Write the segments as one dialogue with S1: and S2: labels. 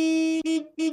S1: 滴。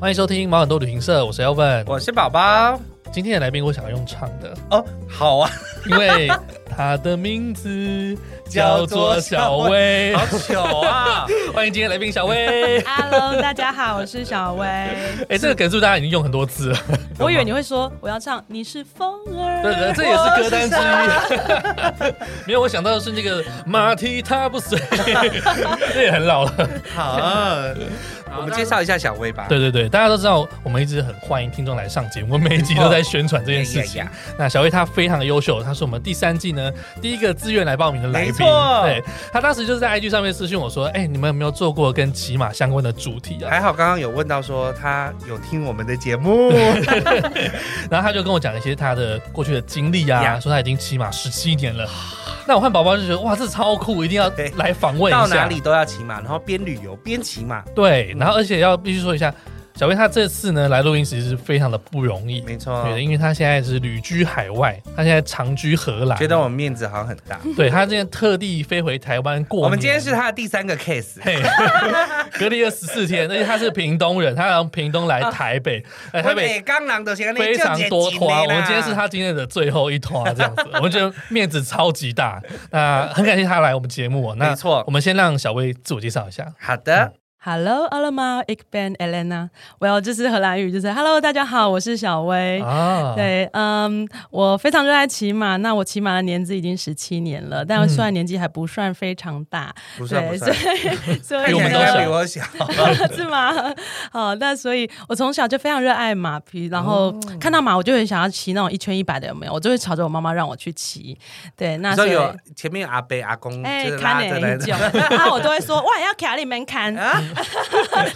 S2: 欢迎收听毛很多旅行社，我是 Elvin。
S3: 我是宝宝
S2: 今天的来宾我想要用唱的，
S3: 哦，好啊，
S2: 因 为他的名字叫做小薇。
S3: 好糗 啊！
S2: 欢迎今天来宾小 薇。
S1: Hello，大家好，我是小薇。
S2: 哎，这个梗是不是大家已经用很多次了？
S1: 我以为你会说我要唱《你是风儿》，
S2: 对对，这也是歌单之 一。没有，我想到的是那个马蹄踏不 碎，这也很老了。
S3: 好，我们介绍一下小薇吧。
S2: 对对对，大家都知道，我们一直很欢迎听众来上节目，我们每一集都在宣传这
S3: 哎
S2: 件
S3: 呀
S2: 事情
S3: 呀。
S2: 那小薇她非常的优秀，她是我们第三季呢第一个自愿来报名的来
S3: 没
S2: 宾。
S3: 错
S2: 对，她当时就是在 IG 上面私讯我说：“哎、你们有没有做过跟骑马相关的主题啊
S3: 还好刚刚有问到说她有听我们的节 目，？”
S2: 然后她就跟我讲一些她的过去的经历啊，
S3: 呀
S2: 说她已经骑马十七年了。那我和宝宝就觉得哇，这超酷，一定要
S3: 对
S2: 来访问一下。
S3: 到哪里都要骑马，然后边旅游边骑马，
S2: 对，然后而且要必须说一下，小薇她这次呢来录音其实是非常的不容易。
S3: 没错
S2: 对。的，因为她现在是旅居海外，她现在长居荷兰。
S3: 觉得我们面子好像很大。
S2: 对她今天特地飞回台湾过年。
S3: 我们今天是她的第三个 case，
S2: 嘿 隔离了十四天，而且她是屏东人，她从屏东来台北，
S1: 啊
S2: 来哎台
S3: 我
S2: 北
S3: 北刚人都是这样
S2: 非常多
S3: 就
S2: 拖。
S3: 很紧
S2: 我
S3: 的啦
S2: 们今天是她今天的最后一拖，这样子， 我们觉得面子超级大。那很感谢她来我们节目哦。那
S3: 没错
S2: 我们先让小薇自我介绍一下。
S3: 好的，
S1: Hello, allemaal, ik ben Elena. Well，这是荷兰语，就是 Hello，大家好，我是小薇。
S2: 啊，
S1: 对，嗯，我非常热爱骑马。那我骑马的年纪已经十七年了，
S2: 嗯
S1: 但虽然年纪还不算非常大，
S3: 不算不
S1: 对，
S3: 算
S1: 所，以所以
S2: 嗯比我们都
S3: 看起来应
S2: 小
S3: 该比我 小。
S1: 是吗？好，那所以我从小就非常热爱马匹，然
S3: 哦
S1: 后看到马我就很想要骑那种一圈一百的，有没有？我就会吵着我妈妈让我去骑。对，那
S3: 你
S1: 所
S3: 说
S1: 以。
S3: 有前面有阿伯阿公
S1: 哎
S3: 就是，
S1: 砍
S3: 拉着
S1: 很
S3: 来啊
S1: 久， 然后我都 会说哇，要卡里面砍，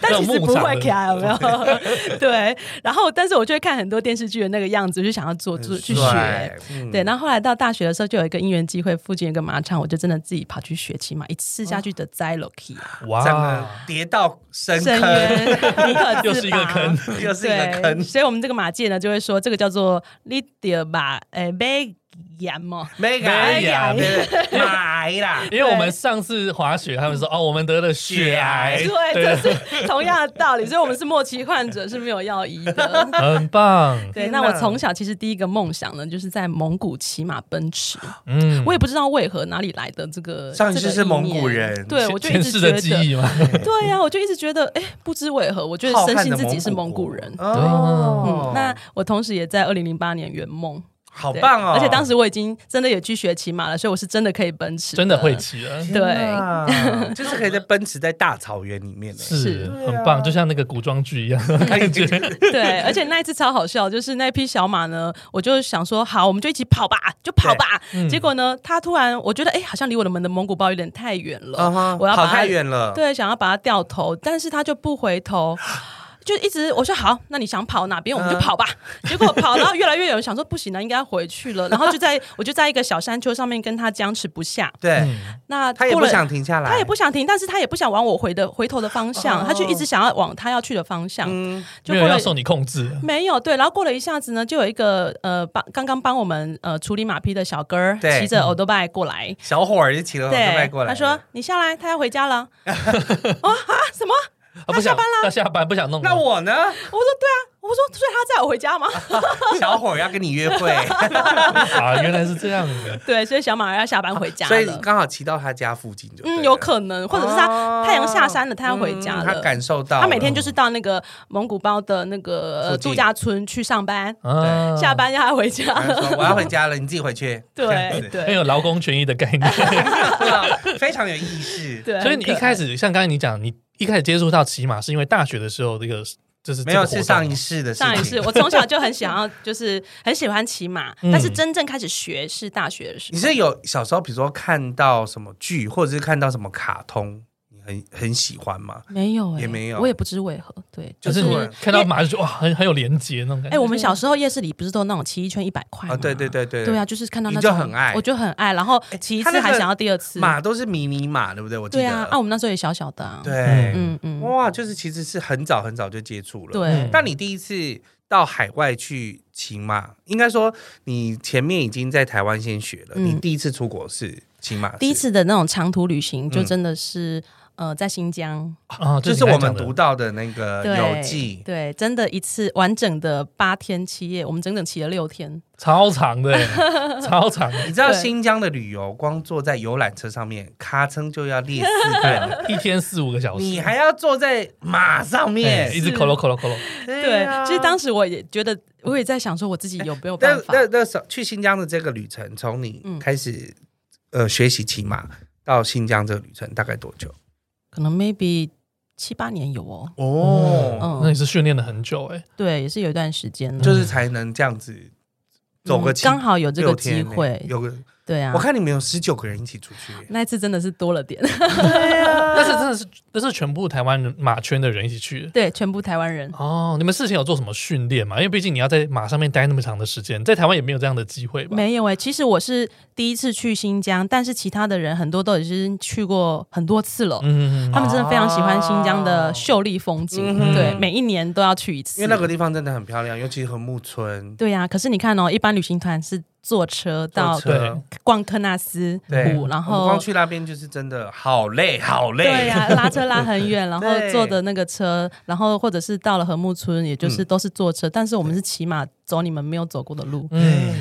S1: 但其实不会卡，有 没 有？对，然后但是我就会看很多电视剧的那个样子，我就想要做做去学。
S3: 对，嗯
S1: 对，然后后来到大学的时候，就有一个因缘机会，附近有一个马场，我就真的自己跑去学骑马，一次下去的栽了 k
S2: 哇
S3: 真
S1: 啊
S3: 的
S2: 啊
S3: 跌到深
S1: 深
S3: 坑，
S1: 渊， 无可自拔。
S2: 又是一个坑。
S3: 又是一个
S1: 对
S3: 坑。
S1: 所以我们这个马界呢，就会说这个叫做 little 马，诶 b 盐嘛。
S3: 没啊
S2: 没啊呀
S3: 对对对买 啦，
S2: 因为我们上次滑雪，他们说哦，我们得了血癌，。
S1: 嗯对，这是同样的道理，所以我们是末期患者是没有药医的
S2: 很棒，
S1: 对，
S3: 天
S1: 那
S3: 哪
S1: 我从小其实第一个梦想呢，就是在蒙古骑马奔驰。
S2: 嗯，
S1: 我也不知道为何哪里来的这个
S3: 上一世
S1: 这个
S3: 是蒙
S1: 意念
S3: 古人
S1: 对
S2: 前
S1: 我就一
S2: 前
S1: 直
S2: 世
S1: 觉
S2: 的记
S1: 得，
S2: 忆嘛，
S1: 对呀、我就一直觉得，哎，不知为何，我觉得
S3: 浩
S1: 深
S3: 瀚
S1: 信
S3: 的
S1: 自己是蒙古
S3: 古
S1: 人。
S3: 哦
S1: 嗯，那我同时也在二零零八年圆梦，
S3: 好
S1: 对
S3: 棒哦！
S1: 而且当时我已经真的也去学骑马了，所以我是真的可以奔驰，
S2: 真的会骑了，
S3: 天哪， 就是可以在奔驰在大草原里面，
S2: 是
S1: 是啊
S2: 很棒，就像那个古装剧 一样，感觉
S1: 对，而且那一次超好笑，就是那匹小马呢，我就想说，好，我们就一起跑吧，就跑吧。
S3: 嗯
S1: 结果呢，它突然我觉得，哎、好像离我的门的蒙古包有点太远了
S3: 嗯哼
S1: 哦我要把
S3: 跑
S1: 它
S3: 太远了，
S1: 对，想要把它掉头，但是它就不回头。 就一直我说好，那你想跑哪边我
S3: 啊
S1: 们就跑吧。结果跑到越来越远，想说不行啊了，应该要回去了。然后就在我就在一个小山丘上面跟它僵持不下。
S3: 对，
S2: 嗯
S1: 那
S3: 他也
S1: 过
S3: 不
S1: 了
S3: 想停下来，哦
S1: 他也不想停，但是他也不想往我回的回头的方向，他就一直想要往他要去的方向。
S3: 嗯
S2: 没
S1: 就过
S2: 有人要
S1: 了
S2: 受你控制，
S1: 没有对，然后过了一下子呢，就有一个呃帮刚刚帮我们呃处理马匹的小哥儿
S3: 对
S1: 骑着 o l d b i 过来，
S3: 小伙儿就骑了
S1: 对，
S3: 过来，
S1: 他说：“你下来，他要回家了。 啊啊什么？
S2: 啊不想要下班不想弄 了，
S3: 那我 呢？
S1: 我说：“对啊。”我说：“所以他载我 回家吗
S3: 小伙儿要跟你约 会，
S2: 啊，原来是这样的，？”
S1: 对，所以小马儿要下班回家
S3: 所以
S1: 了。
S3: 刚好骑到他家附近就对了，
S1: 嗯，有可能，或者是他
S3: 哦
S1: 太阳下山了，他要回家
S3: 嗯
S1: 了。
S3: 他感受到了，
S1: 他每天就是到那个蒙古包的那个呃
S3: 附近
S1: 度假村去上班，
S2: 啊
S1: 下班要他回家
S3: 他
S1: 了。。
S3: 说我要回家了，你自己回去
S1: 对
S2: 很
S1: 对
S2: 有劳工权益的概 念，
S3: 对，非常有意识。
S1: 对，
S2: 所以你一
S1: 很可爱
S2: 开始像刚才你讲，你一开始接触到骑马是因为大学的时候这个就是这个
S3: 没有
S2: 活
S3: 是
S2: 动
S3: 上一世的事情。
S1: 上一次，我从小就很想要，就是很喜欢骑马，
S2: 嗯
S1: 但是真正开始学是大学的时
S3: 你
S1: 候。
S3: 是有小时候，比如说看到什么剧，或者是看到什么卡通，你很很喜欢吗？
S1: 没有、欸，
S3: 也没有
S1: 我也不知为何。对，
S2: 就是
S3: 就
S2: 你
S3: 是
S2: 看到马就觉得哇，很很有连接那种感
S1: 哎、
S2: 觉。
S1: 我们小时候夜市里不是都有那种骑一圈一百块吗
S3: 啊，对对对对
S1: 对啊，就是看到那
S3: 你就
S1: 种
S3: 很爱哎
S1: 我就很爱，然后骑一
S3: 他
S1: 次
S3: 那
S1: 还
S3: 个
S1: 想要第二次。
S3: 马都是迷你马，对不对？我记
S1: 对
S3: 得，
S1: 啊，啊，我们那时候也小小的啊。，
S3: 对，
S1: 嗯嗯，
S3: 哇，就是其实是很早很早就接触了。，
S1: 对，
S3: 但你第一次到海外去骑马，应该说你前面已经在台湾先学了，
S1: 嗯
S3: 你第一次出国是骑马是，
S1: 第一次的那种长途旅行，就
S3: 嗯
S1: 真的是呃，在新疆，
S2: 啊，
S3: 就是
S2: 是你
S3: 我
S2: 刚才
S3: 们
S2: 讲的
S3: 读到的那个
S1: 对
S3: 游呃记，
S1: 对，真的一次完整的八天七夜，我们整整骑了六天。
S2: 超长的欸， 超 长的，
S3: 你知道
S1: 对
S3: 新疆的旅游，光坐在游览车上面，咔噌就要裂四段 了，
S2: 一天四五个小时，
S3: 你还要坐在马上
S2: 哎一
S3: 面。
S2: 直扣喽扣喽扣喽，
S1: 对，
S3: 啊
S1: 其实当时我也觉得，我也在想说，我自己有没有
S3: 那
S1: 办法？
S3: 哎那那时候去新疆的这个旅程，从你
S1: 嗯
S3: 开始、呃学习骑马到新疆这个旅程大概多久？
S1: 可能 maybe 七八年有哦，
S3: 哦，
S1: 嗯
S2: 那你是训练了很久哎，
S1: 对，也是有一段时间了，
S3: 就是才能这样子走个
S1: 嗯
S3: 七
S1: 刚好有这个
S3: 六
S1: 机
S3: 天呢
S1: 会，
S3: 有个
S1: 对啊
S3: 我，看你们有十九个人一起出去耶，
S1: 那一次真的是多了点， 嗯
S2: 但是真的是这是全部台湾人马圈的人一起去的。
S1: 对，全部台湾人，
S2: 哦，你们事前有做什么训练吗？因为毕竟你要在马上面待那么长的时间，在台湾也没有这样的机会吧？
S1: 没有哎、其实我是第一次去新疆，但是其他的人很多都已经去过很多次了。
S2: 嗯，嗯嗯
S1: 他们真的非常喜欢新疆的秀丽风景，
S3: 哦嗯哼
S1: 对，每一年都要去一次。
S3: 因为那个地方真的很漂亮，尤其是禾木村。
S1: 对呀、可是你看哦，一般旅行团是坐车到
S3: 坐车
S2: 对
S1: 逛喀纳斯
S3: 对
S1: 湖，然
S3: 我们
S1: 后
S3: 光去那边就是真的好累，好累。
S1: 对呀、 拉车拉很 远，然后
S3: 对
S1: 坐的那个车，然后或者是到了禾木村，也
S3: 嗯
S1: 就是都是坐车，但是我们是骑马走你们没有走过的路。
S2: 嗯，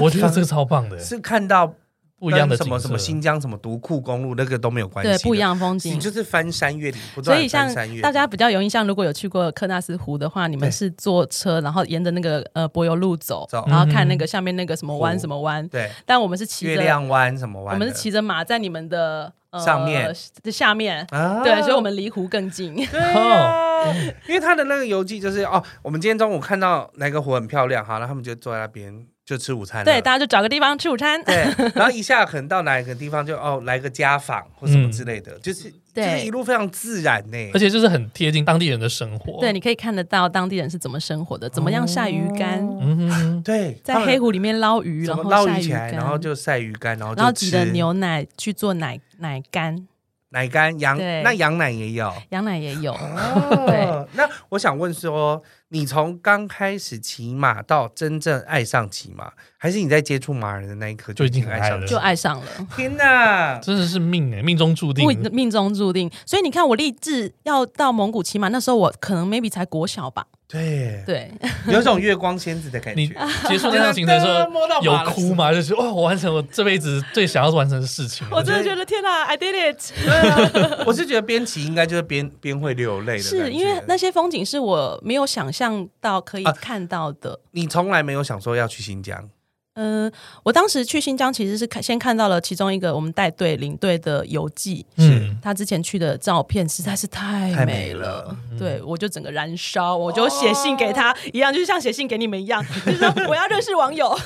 S2: 我觉得这个超棒 的，
S3: 是看到
S2: 不一样的
S3: 跟什么
S2: 景色
S3: 什么新疆什么独库公路那个都没有关系
S1: 对
S3: 的，，
S1: 不一样的风景
S3: 你。就是翻山越岭，不
S1: 所
S3: 断
S1: 以
S3: 地
S1: 像
S3: 翻山越岭。
S1: 大家比较有印象，如果有去过喀纳斯湖的话，你们
S3: 对
S1: 是坐车，然后沿着那个呃柏油路走，
S3: 走
S1: 然后看那个下面那个什么湾
S3: 湖
S1: 什么湾。
S3: 对
S1: 但我们是骑
S3: 月
S1: 着，
S3: 亮湾什么
S1: 我
S3: 湾的，
S1: 们是骑着马在你们的呃
S3: 上面
S1: 的下面。
S3: 啊
S1: 对，所以我们离湖更近。
S3: 对啊，因为他的那个游记就是哦，我们今天中午看到哪个湖很漂亮，好，然后他们就坐在那边就吃午餐了。
S1: 对，大家就找个地方吃午餐。
S3: 对，然后一下可能到哪一个地方就哦来个家访或什么
S2: 嗯
S3: 之类的，就是就
S1: 对
S3: 是一路非常自然呢、
S2: 而且就是很贴近当地人的生活。
S1: 对，你可以看得到当地人是怎么生活的，怎么样晒鱼干，
S2: 嗯哼哼，
S3: 对，
S1: 在黑湖里面捞鱼，
S3: 哦怎
S1: 然
S3: 么
S1: 后
S3: 捞
S1: 晒
S3: 鱼起来，
S1: 干，
S3: 然后就晒鱼干，然后
S1: 然后
S3: 就
S1: 挤
S3: 吃
S1: 的牛奶去做奶奶干，
S3: 奶干羊，
S1: 对
S3: 那羊奶也 有。
S1: 羊奶也有。
S3: 哦，那我想问说，你从刚开始骑马到真正爱上骑马，还是你在接触马人的那一刻
S2: 就已经很
S3: 爱
S2: 爱
S3: 上
S2: 了
S3: 骑
S1: 就爱上了。
S3: 天哪！
S2: 真的是命哎，命中注定
S1: 不。命中注定。所以你看，我立志要到蒙古骑马，那时候我可能 maybe 才国小吧，
S3: 对，
S1: 对，
S3: 有种月光仙子的感
S2: 你
S3: 觉。
S2: 结束那趟行程的时候
S3: 摸到马
S2: 有
S3: 了
S2: 哭？吗？就是哦哇，我完成我这辈子最想要完成的事情了。
S1: 我真的觉得天哪，I did it！
S3: 对啊，我是觉得边骑应该就是边边会流泪的感觉。
S1: 是因为那些风景是我没有想象到可以
S3: 啊
S1: 看到的。
S3: 你从来没有想说要去新疆，
S1: 嗯、我当时去新疆其实是看先看到了其中一个我们带队领队的游记，
S2: 嗯，
S1: 他之前去的照片实在是太
S3: 太
S1: 美
S3: 美
S1: 了，
S3: 了嗯
S1: 对我就整个燃烧，我就写信给他、一样，就是像写信给你们一样，就是说我要认识网 友。啊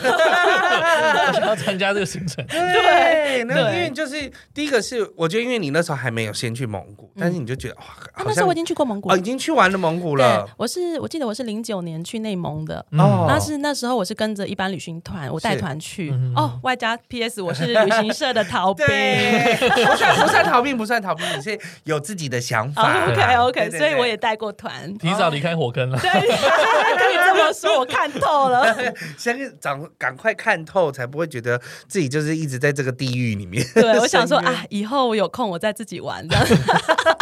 S2: 我想要参加这个行程。
S3: 对，那
S1: 对
S3: 因为就是第一个是，我觉得因为你那时候还没有先去蒙古，
S2: 嗯
S3: 但是你就觉得哇，
S1: 啊，
S3: 好
S1: 那时候
S3: 像
S1: 我已经去过蒙古
S3: 哦
S1: 了
S3: 已经去完了蒙古
S1: 对
S3: 了，，
S1: 我是我记得我是零九年去内蒙的。
S3: 哦嗯
S1: 那是那时候我是跟着一班旅行团，我带团去哦，外加 PS 我是旅行社的逃 兵。
S3: 对，不算不算逃避， 不算逃避，你是有自己的想法。
S2: 哦
S1: OK
S3: 对
S1: OK，
S3: 对对
S1: 哦所以我也带过团。
S2: 提早离开火坑了。
S1: 对， 可以这么说，我看透了。
S3: 先赶赶快看透，才不会觉得自己就是一直在这个地狱里面。
S1: 对，我想说
S3: 深渊
S1: 啊，以后我有空我再自己玩这样子。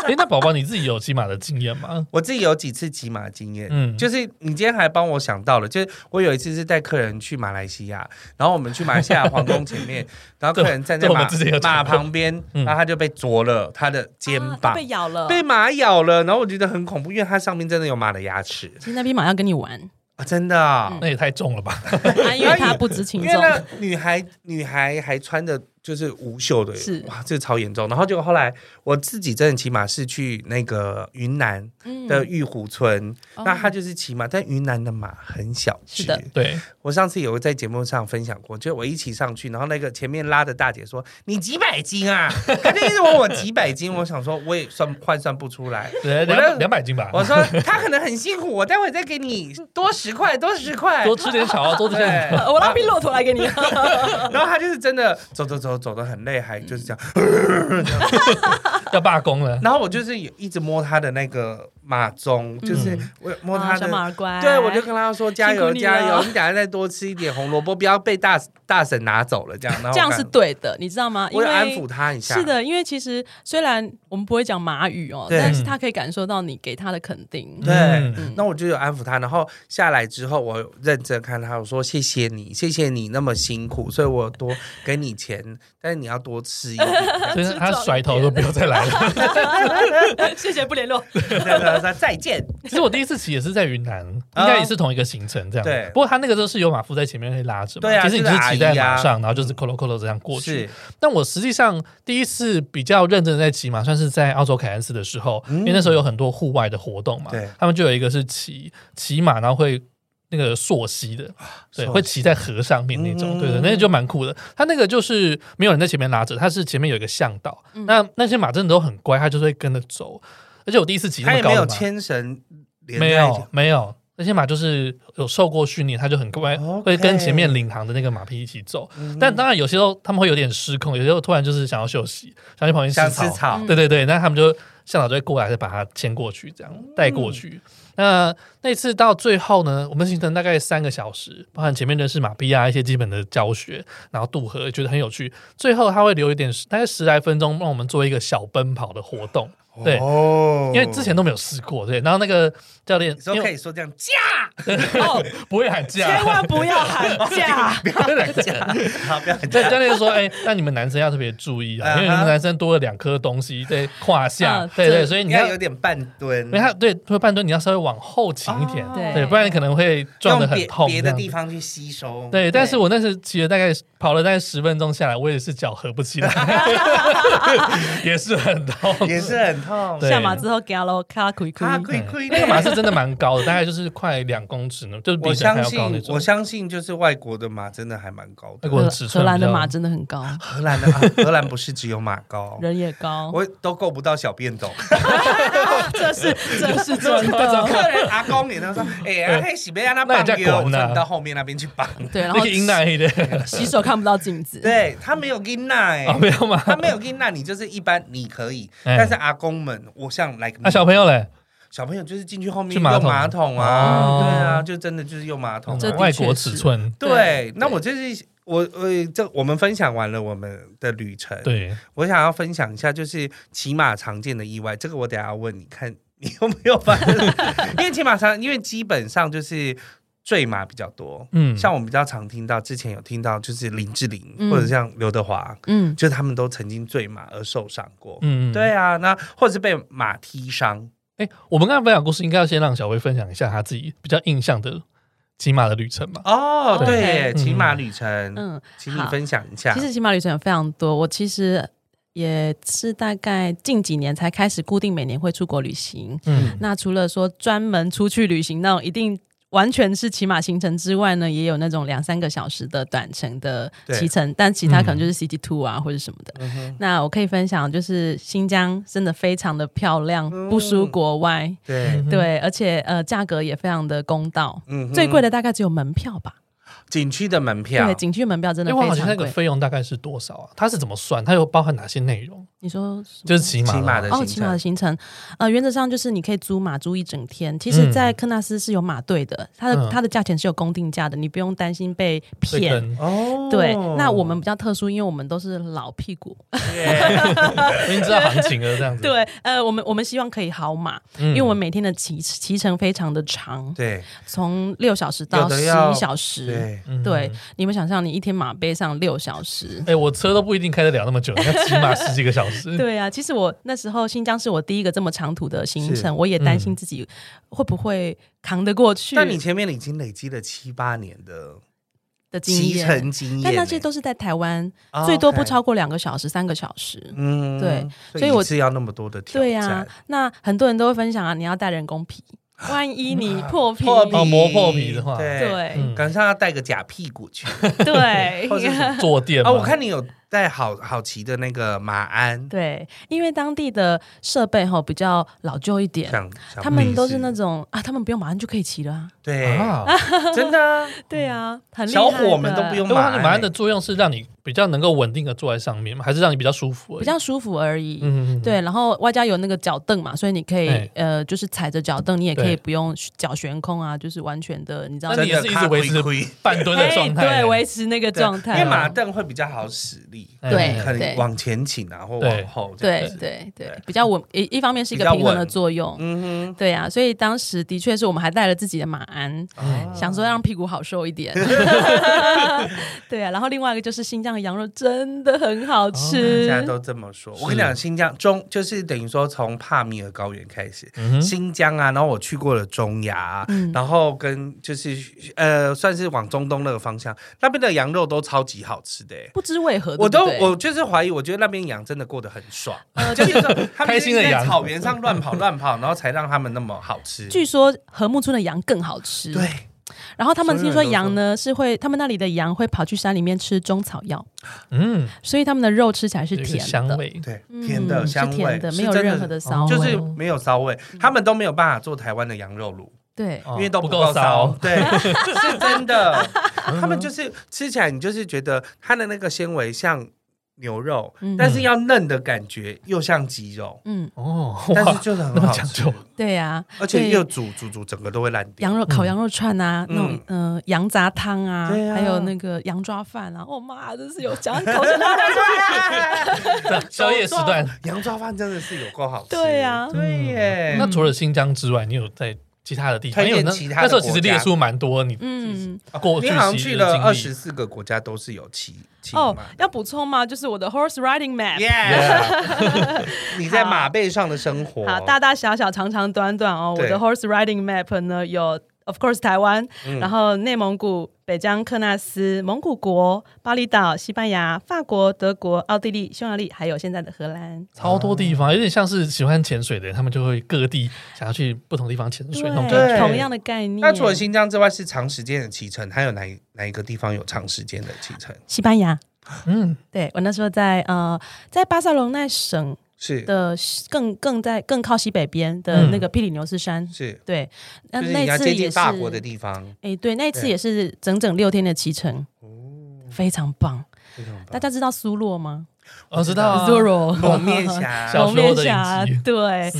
S2: 哎，那宝宝你自己有骑马的经验吗？
S3: 我自己有几次骑马经验，
S2: 嗯
S3: 就是你今天还帮我想到了，就是我有一次是带客人去马来西亚，然后我们去马来西亚皇宫前 面，然后客人站在
S2: 这我
S3: 马
S2: 们之前有讲
S3: 马
S2: 过
S3: 旁边，
S2: 嗯
S3: 然后他就被啄了他的肩
S1: 啊
S3: 膀，
S1: 被咬了，
S3: 被马咬了，然后我觉得很恐怖，因为它上面真的有马的牙齿
S1: 其实那匹马要跟你 玩，
S3: 啊，真的啊、
S1: 嗯
S2: 那也太重了吧？
S1: 啊因为它不知轻
S3: 因为
S1: 重。
S3: 那女孩女孩还穿着就是无袖的，
S1: 是
S3: 哇，这超严重。然后就后来我自己真的骑马是去那个云南
S1: 嗯
S3: 的玉湖村，那它就是骑马，但云南的马很小只。
S1: 哦是的
S2: 对，
S3: 我上次有在节目上分享过，就我一起上去，然后那个前面拉的大姐说：“你几百斤啊？” 她就一直问我几百 斤，我想说我也算换算不出来。
S2: 对
S3: 我
S2: 两
S3: 那
S2: 两百斤吧，
S3: 我说她可能很辛苦，我待会再给你多十块，多十块，
S2: 多吃点草，啊多吃
S3: 对。
S2: 点。
S1: 呃 我拉匹骆驼来 给你，
S3: 然后她就是真的走走走走的很累，还就是这样。
S1: 嗯
S2: 要罢工了，
S3: 然后我就是有一直摸她的那个马鬃，就是我摸
S1: 嗯啊
S3: 她
S1: 小
S3: 的
S1: 马儿乖，
S3: 对，我就跟他说加油
S1: 辛苦你
S3: 加油，
S1: 了
S3: 你等下再多吃一点红萝卜，不要被大大婶拿走了这样。然后
S1: 这样
S3: 我
S1: 是
S3: 看
S1: 对的，你知道吗？因
S3: 我
S1: 为
S3: 有安抚他一下。
S1: 是，的，因为其实虽然我们不会讲马语哦，
S3: 对
S1: 但是他可以感受到你给他的肯定。
S3: 对
S2: 嗯
S3: 那我就有安抚他。然后下来之后，我认真看他，我说谢谢你，谢谢你那么辛苦，所以我多给你钱，但是你要多吃一 点。
S2: 所以他甩头都不要再来了。
S1: 谢谢不联 络。
S3: 对对对，再见。
S2: 其实我第一次骑也是在云南，应该也是同一个行程这样。
S3: 对
S2: 不过他那个都是有马夫在前面会拉着嘛，
S3: 对啊
S2: 其实你
S3: 就是是
S2: 骑在
S3: 阿姨啊
S2: 马上，然后就是扣喽扣喽这样过去。
S3: 是，
S2: 但我实际上第一次比较认真的在骑马，算是在澳洲凯恩斯的时候，因为那时候有很多户外的活动嘛
S3: 嗯对，
S2: 他们就有一个是骑骑马，然后会。那个溯溪的，对，
S3: 啊溯溪嗯
S2: 会骑在河上面那种，对对，那个就蛮酷的。他那个就是没有人在前面拉着，他是前面有一个向导，
S3: 嗯
S2: 那那些马真的都很乖，他就是会跟着走。而且我第一次骑那
S3: 他
S2: 么
S3: 也
S2: 高
S3: 没
S2: 的
S3: 有
S2: 马，
S3: 牵绳连
S2: 没
S3: 在一起
S2: 有。没有，那些马就是有受过训练，它就很乖
S3: OK 嗯
S2: 会跟前面领航的那个马匹一起走。但当然有些时候他们会有点失控，有些时候突然就是想要休息，想去旁边
S3: 想
S2: 草。
S3: 吃草，
S2: 对对对，那他们就向导就会过来，再把它牵过去，这样带
S3: 嗯
S2: 过去。那那次到最后呢，我们行程大概三个小时，包含前面认识马匹啊一些基本的教学，然后渡河，觉得很有趣。最后他会留一点大概十来分钟，让我们做一个小奔跑的活动。对，
S3: 哦
S2: 因为之前都没有试过，对。然后那个教练，
S3: 你说
S2: 因为
S3: 可以说这样 驾，
S1: 哦，
S2: 不会喊
S3: 啊
S2: 价
S1: 千。万不要喊 价，
S3: 好，不要很
S2: 对，教练说：“哎、那你们男生要特别注意啊，因为你
S3: 嗯
S2: 们
S3: 哼
S2: 男生多了两颗东西在胯下，
S1: 嗯
S2: 对对，
S1: 这
S2: 所以
S3: 你
S2: 你要
S3: 要，有点半蹲
S2: 因为，他对，会半蹲，你要稍微往后倾一点，
S3: 哦
S1: 对
S2: 对，不然可能会撞得
S3: 用
S2: 很
S3: 别
S2: 痛。
S3: 别的地
S2: 方，
S3: 方去吸收。
S2: 对。但是我那次骑了大概跑了大概十分钟下来，我也是脚合 不起来，也是很痛。”
S3: 也是很痛。
S2: 对嗯
S1: 下马之后给他喽，卡苦苦。
S3: 他亏亏
S2: 那个马是真的蛮高的，大概就是快两公尺呢，就是比
S3: 我
S2: 人还
S3: 相
S2: 要
S3: 信
S2: 高那，种
S3: 我。相信就是外国的马真的还蛮高的。
S2: 那 个我尺寸
S1: 荷兰
S2: 比
S1: 的
S2: 较
S1: 马真的很高，
S3: 荷兰的、啊、 荷 兰不是只有马高，
S1: 人也
S2: 哦
S1: 高，
S3: 我都够不到小便 斗。
S1: 这是这是真的。
S3: 客人阿公也他 说，哎、呀，嘿，喜贝让他
S2: 那
S3: 绑
S2: 你在
S3: 给我，
S2: 管
S3: 我
S2: 啊
S3: 说你到后面那边去 绑。
S1: 对，然
S2: 那
S1: 后
S2: 个英奈黑的
S1: 洗手看不到镜子，
S3: 对他没有跟那、 欸，
S2: 啊，没有吗？
S3: 他没有跟那，你就是一般你可以，
S2: 哎
S3: 但是阿公们，我像来、
S2: 那啊小朋友嘞？
S3: 小朋友就是进去后面
S2: 去
S3: 用
S2: 马桶
S3: 马桶啊，
S2: 哦
S3: 对啊，就真的就是用马桶、啊。
S1: 这的确
S2: 外国
S1: 是
S2: 尺寸，
S1: 对
S3: 对，那我就是我我这我们分享完了我们的旅程，
S2: 对，
S3: 我想要分享一下，就是骑马常见的意外，这个我等一下要问你看你有没有发 生，因为骑马常，因为基本上就是坠马比较多。
S2: 嗯，
S3: 像我们比较常听到，之前有听到就是林志玲、
S1: 嗯
S3: 或者像刘德华，
S1: 嗯，
S3: 就是他们都曾经坠马而受伤过。
S2: 嗯，
S3: 对啊，那或者是被马踢伤。
S2: 哎、我们刚才分享故事，应该要先让小薇分享一下她自己比较印象的骑马的旅程吧。
S3: 哦，
S1: 对
S3: 对耶，
S2: 嗯
S3: 骑马旅程，
S1: 嗯，
S3: 请你
S1: 好
S3: 分享一下
S1: 其。实骑马旅程有非常多，我其实也是大概近几年才开始固定每年会出国旅行。
S2: 嗯，
S1: 那除了说专门出去旅行那种一定完全是骑马行程之外呢，也有那种两三个小时的短程的骑程，但其他可能就是 City Two 啊、或者什么的。
S3: 嗯哼
S1: 那我可以分享，就是新疆真的非常的漂亮，
S3: 嗯
S1: 不输国外，
S3: 对，
S1: 对，而且呃价格也非常的公道，
S3: 嗯哼
S1: 最贵的大概只有门票吧，
S3: 景区的门票
S1: 对，，景区门票真
S2: 因
S1: 的
S2: 为我
S1: 非
S2: 好像那
S1: 常
S2: 个
S1: 贵。
S2: 费用大概是多少啊？它是怎么算？它有包含哪些内容？
S1: 你说什么
S2: 就是骑马
S3: 骑
S2: 啦，
S3: 马的
S1: 哦，
S3: 行
S1: 骑马的
S3: 程。
S1: 行程，呃，原则上就是你可以租马租一整天。其实，
S2: 嗯
S1: 在科纳斯是有马队的，它的、它的价钱是有公定价的，你不用担心被
S2: 对
S1: 骗。
S2: 跟
S3: 哦
S1: 对，那我们比较特殊，因为我们都是老屁股。
S2: 已经知道行情了这 样子。
S1: 对，呃，我们我们希望可以好马，
S2: 嗯
S1: 因为我们每天的骑骑程非常的长，
S3: 对
S1: 从六小时到
S3: 有的
S1: 十
S3: 要
S1: 一小时。
S3: 对，
S2: 嗯
S1: 对，你们想象你一天马背上六小时
S2: 哎、，我车都不一定开得了那么久，你要 骑马十几个小时。
S3: 嗯
S1: 对啊，其实我那时候新疆是我第一个这么长途的行
S3: 是嗯
S1: 程，我也担心自己会不会扛得过去。
S3: 但你前面已经累积了七八年的
S1: 的经
S3: 骑
S1: 验，
S3: 乘经验呢，
S1: 但那些都是在台湾，
S3: 哦
S1: 最多不
S3: OK
S1: 超过两个小时、三个小时。
S3: 嗯
S1: 对，
S3: 所
S1: 所以
S3: 以
S1: 我
S3: 一次要那么多的挑
S1: 对呀、啊
S3: 战，
S1: 那很多人都会分享啊，你要带人工皮，万一你破皮，
S3: 啊破皮
S2: 哦磨破皮的话
S3: 对，
S1: 对
S2: 嗯
S3: 赶上要带个假屁股去
S1: 对
S3: 或者是
S2: 坐垫嘛
S3: 哦，我看你有带好好骑的那个马鞍，
S1: 对，因为当地的设备吼比较老旧一点，
S3: 像像
S1: 他们
S3: 你
S1: 都是那种啊，他们不用马鞍就可以骑了啊。
S3: 对，
S2: 啊，
S3: 真的 啊，
S1: 对啊，很厉害
S3: 小
S1: 的
S3: 伙们都不用
S2: 因为
S3: 马
S2: 它的马鞍
S3: 鞍
S2: 的
S3: 欸，
S2: 作用是让你比较能够稳定的坐在上面嘛，还是让你比较舒服而已？
S1: 比较舒服而已。
S2: 嗯，嗯，嗯
S1: 对，然后外加有那个脚凳嘛，所以你可以、
S2: 哎
S1: 呃，就是踩着脚凳，你也可以
S2: 对
S1: 不用脚悬空啊，就是完全的，你知道
S2: 那
S1: 吗
S2: 你？也是一直维持
S3: 亏啊
S2: 半蹲的状态
S1: 哎
S2: 欸，
S1: 对，维持那个状
S3: 因为
S1: 态。
S3: 马凳会比较好使力，
S2: 哎
S1: 对
S3: 可能往前倾啊，或往后这样
S1: 对
S3: 子，
S1: 对对
S3: 对，
S1: 比较稳，一一方面是一
S3: 比
S1: 个
S3: 较
S1: 平衡的
S3: 稳
S1: 作用。
S3: 嗯
S1: 对啊，所以当时的确是我们还带了自己的马鞍，
S3: 哼，
S1: 想说让屁股好受一 点。对啊，然后另外一个就是新疆的羊肉真的很好
S3: 大
S1: 吃，
S3: 家都这么说。我跟你讲，新疆中就是等于说从帕米尔高原开始，
S2: 嗯哼
S3: 新疆啊，然后我去过了中亚、啊，
S1: 嗯
S3: 然后跟就是呃，算是往中东那个方向，那边的羊肉都超级好吃的、欸。
S1: 不知为何
S3: 我都
S1: 呃对不对
S3: 我就是怀疑，我觉得那边羊真的过得很爽，
S1: 呃
S3: 就是说他们
S2: 开心的羊
S3: 在草原上乱跑乱跑，然后才让他们那么好吃。
S1: 据说和睦村的羊更好吃。
S3: 对，，
S1: 然后他们
S3: 所有
S1: 听
S3: 人
S1: 说
S3: 都
S1: 羊呢是会，他们那里的羊会跑去山里面吃中草药，
S2: 嗯，
S1: 所以他们的肉吃起来是
S2: 有一个
S1: 甜的，
S2: 香味，
S3: 对，
S1: 嗯
S3: 甜的哦
S1: 是
S3: 香味
S1: 甜的，
S3: 是
S1: 没有
S3: 真
S1: 任何的骚味，嗯
S3: 就是没有骚味，他们都没有办法做台湾的羊肉炉，
S1: 对。
S2: 哦
S3: 因为都
S2: 不
S3: 够骚
S2: 够骚，，
S3: 对， 是真的。
S2: 嗯
S3: 他们就是吃起来，你就是觉得它的那个纤维像牛肉，
S1: 嗯
S3: 但是要嫩的感觉又像鸡肉，
S1: 嗯，
S2: 哦，
S3: 但是
S2: 哇，
S3: 就是很
S2: 那么
S3: 好
S2: 讲
S3: 吃
S2: 究，
S1: 对呀、
S3: 而且
S1: 对
S3: 又煮煮煮，整个都会烂掉。
S1: 羊肉烤羊肉串啊，
S3: 嗯
S1: 那种呃羊杂汤啊，
S3: 对啊
S1: 还有那个羊抓饭啊，哦妈，真是有讲 口水都要流出来。
S2: 啊宵夜时段。
S3: 羊抓饭真的是有够好吃，
S1: 对啊
S3: 对耶。
S2: 嗯那除了新疆之外，你有在其他的地方？
S3: 推
S2: 因为
S3: 荐
S2: 我那
S3: 其他的
S2: 那时候其实
S3: 国家
S2: 列出蛮多，你
S1: 嗯，
S2: 过去
S3: 你好像
S2: 骑
S3: 去
S2: 的
S3: 了
S2: 经历
S3: 二十四个国家，都是有骑骑
S1: 哦
S3: 马，的。
S1: 要补充吗？就是我的 horse riding map。
S3: Yeah，你 在马背上的生活，
S1: 好，大大小小、长长短短哦，我
S3: 对
S1: 的 horse riding map 呢有，of course 台湾，
S3: 嗯
S1: 然后内蒙古、北疆、克纳斯、蒙古国、巴厘岛、西班牙、法国、德国、奥地利、匈牙利，还有现在的荷兰。
S2: 超多地方，有点像是喜欢潜水的人，他们就会各地想要去不同地方潜水那种感
S3: 对
S2: 觉。
S1: 同样的概念。
S3: 那除了新疆之外，是长时间的骑乘，还有哪一哪一个地方有长时间的骑乘？
S1: 西班牙，
S2: 嗯，
S1: 对我那时候在呃，在巴塞隆那省
S3: 是
S1: 的更更在更靠西北边的
S2: 嗯
S1: 那个庇里牛斯山，
S3: 是，
S1: 对，那
S3: 就是你要接
S1: 那次
S3: 近
S1: 也是，
S3: 法国的地方，
S1: 哎，对，那次
S3: 对哦
S1: 也是整整六天的骑程，非常棒。
S3: 非常
S1: 大
S3: 棒。
S1: 家知道苏洛吗
S2: 我知道啊，
S1: ？Zoro
S3: 蒙面 侠，
S2: 小
S1: 蒙面
S2: 小
S1: 侠
S2: 时候的影集，
S1: 对，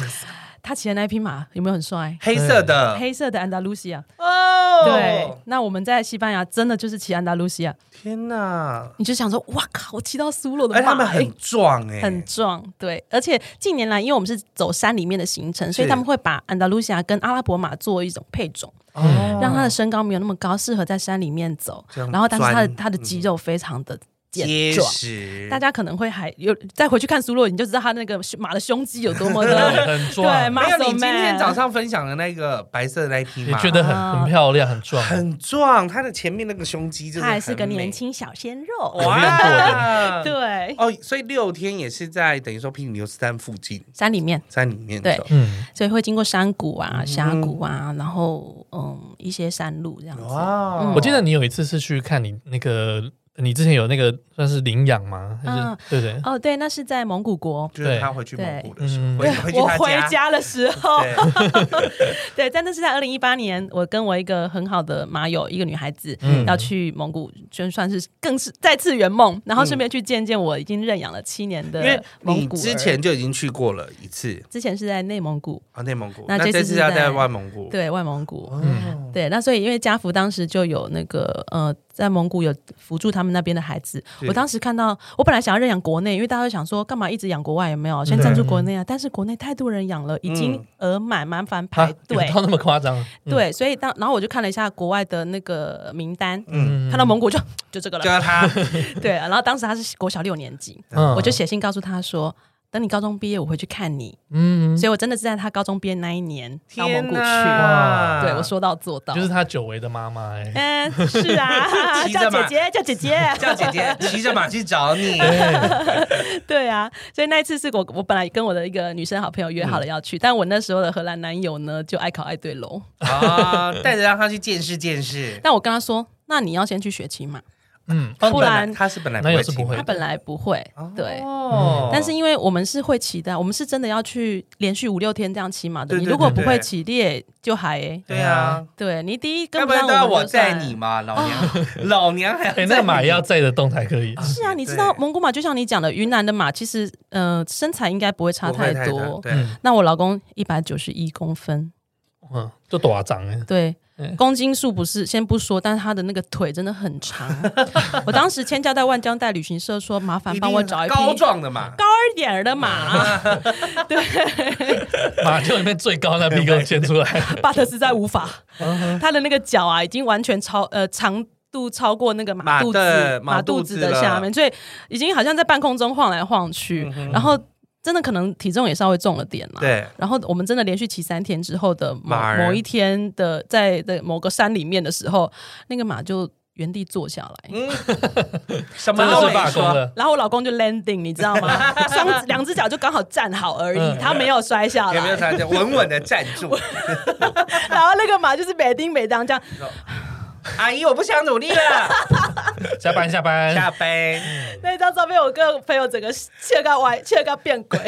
S1: 他骑的那一匹马有没有很帅？
S3: 黑色的
S1: 黑色的安达卢西亚，
S3: 呃哦，
S1: 对，，那我们在西班牙真的就是骑安达卢西亚，
S3: 天哪！哎
S1: 你就想说，哇靠，我骑到苏洛的
S3: 而他
S1: 马
S3: 们
S1: 欸
S3: 很壮哎，
S1: 很壮，对，而且近年来，因为我们是走山里面的行程，所以他们会把安达卢西亚跟阿拉伯马做一种配种，
S3: 哦
S1: 让它的身高没有那么高，适合在山里面走。
S3: 这样
S1: 然后，但是它的
S3: 钻嗯
S1: 它的肌肉非常的健
S3: 结
S1: 壮，
S3: 实，
S1: 大家可能会还有再回去看苏洛，你就知道他那个马的胸肌有 多么的
S2: 嗯很
S1: 对
S2: 壮，
S1: ，muscle
S3: 没有你今
S1: man
S3: 天早上分享的那个白色的那一匹
S2: 也
S3: 马，
S2: 觉得很很漂亮，很壮，
S3: 很壮，它的前面那个胸肌真的
S1: 他
S3: 很
S1: 还是个
S3: 美
S1: 年轻小鲜肉，
S2: 有练过
S3: 哇，
S1: 对，
S3: 哦，所以六天也是在等于说皮里牛斯山附近，
S1: 山里面，
S3: 山里面
S1: 对
S3: 走
S2: 嗯，
S1: 所以会经过山谷
S3: 嗯
S1: 啊、峡谷啊，然后嗯一些山路这样子。
S3: 哇
S1: 嗯
S2: 我记得你有一次是去看你那个，你之前有那个算是领养吗？
S1: 嗯
S2: 还是对对，
S1: 哦，对，那是在蒙古国，
S3: 就是他回去蒙古的时候，
S2: 嗯
S3: 回回去
S1: 我
S3: 他
S1: 回家的时候，
S3: 对，
S1: 对，但那是在二零一八年，我跟我一个很好的马友，一个女孩子，
S2: 嗯
S1: 要去蒙古，就算是更是再次圆梦，然后顺便去见见我已经认养了七年
S3: 嗯因为
S1: 的蒙
S3: 你
S1: 古儿。
S3: 之前就已经去过了一次
S1: 之前是在内蒙古，
S3: 啊，内蒙古，
S1: 那
S3: 那
S1: 这次
S3: 这
S1: 是
S3: 次要在
S1: 在
S3: 外蒙古，
S1: 对外蒙古。
S3: 哦，
S1: 对，那所以因为家福当时就有那个呃，在蒙古有辅助他们那边的孩子。
S3: 对
S1: 我当时看到，我本来想要认养国内，因为大家会想说，干嘛一直养国外有没有？
S3: 嗯
S1: 先赞助国内啊！但是国内太多人养了，已经额满，麻烦排
S2: 啊，有
S1: 队。
S2: 到那么夸张，嗯，
S1: 对，所以当然后我就看了一下国外的那个名单，
S3: 嗯，啊
S2: 嗯
S1: 看到蒙古就就这个
S3: 就
S1: 了，
S3: 要
S1: 啊
S3: 他，
S1: 对。然后当时他是国小六年级，
S2: 嗯
S1: 我就写信告诉他说。等你高中毕业，我回去看你。
S2: 嗯，
S1: 所以我真的是在他高中毕业那一年到蒙
S3: 天
S1: 古去。
S3: 哪！，
S1: 对我说到做到。
S2: 就是他久违的妈妈哎，
S1: 嗯，是 啊
S3: 骑着
S1: 叫
S3: 马
S1: 姐姐，叫姐姐，
S3: 叫姐姐骑着马去找 你，
S1: 对啊，所以那一次是我我本来跟我的一个女生好朋友约好了
S2: 嗯
S1: 要去，但我那时候的荷兰男友呢就爱考爱对楼，
S3: 啊，带着让他去见识见 识。
S1: 但我跟他说，那你要先去学骑马，
S2: 嗯，
S3: 哦
S1: 不然
S3: 本来他是本来
S2: 男友是
S3: 骑
S2: 不会
S1: 他
S3: 马
S1: 本来不会，对。
S3: 哦
S1: 但是因为我们是会骑的啊，我们是真的要去连续五六天这样骑马的。
S3: 对
S1: 你
S3: 对
S1: 如果
S3: 对
S1: 不
S3: 对
S1: 会骑，猎就还欸
S3: 对啊，
S1: 对你第一跟
S3: 要不
S1: 上
S3: 然都
S1: 我
S3: 要
S1: 们
S3: 我
S1: 就算哦
S3: 载你 嘛，老娘老娘还要
S2: 哎，
S3: 载
S2: 那个马
S3: 你
S2: 也要载得动才可以。
S1: 是啊，你知
S3: 对
S1: 道蒙古马就像你讲的，云南的马其实呃身材应该不会差
S3: 不会太
S1: 多。
S3: 大对，
S2: 嗯
S1: 那我老公一百九十一公分，
S2: 嗯，就多长哎，
S1: 对
S2: 嗯，
S1: 公斤数不是先不说，但是他的那个腿真的 很长。我当时千交代万交代旅行社说，麻烦
S3: 一定
S1: 帮我找一匹
S3: 高壮的嘛，啊
S1: 高一点儿的马，
S2: 马厩里面最高 那臂给我牵出来。
S1: 巴特实在无法，
S3: 嗯
S1: 他的那个脚啊已经完全超呃长。度超过那个
S3: 马
S1: 马肚
S3: 的
S1: 子，
S3: 马
S1: 马
S3: 肚
S1: 肚
S3: 子
S1: 子的下面，所以已经好像在半空中晃来晃去，然后真的可能体重也稍微重了点啦。
S3: 嗯对，
S1: 然后我们真的连续骑三天之后的某
S3: 马儿
S1: 某一天的在的某个山里面的时候，那个马就原地坐下来，
S3: 嗯，什么
S2: 真的
S3: 都
S2: 是
S3: 没
S2: 罢工
S3: 说，
S2: 了，
S1: 然后我老公就 landing，你知道 吗？双两只脚就刚好站好而
S2: 嗯
S1: 已，他没有摔下
S3: 有没有
S1: 来。
S3: 参加？稳稳的站住，
S1: 然后那个马就是每丁每当这样，
S3: 阿姨，我不想努力了，
S2: 下班下班，
S3: 下班。
S1: 那张照片我跟朋友整个切个歪，切个变 鬼，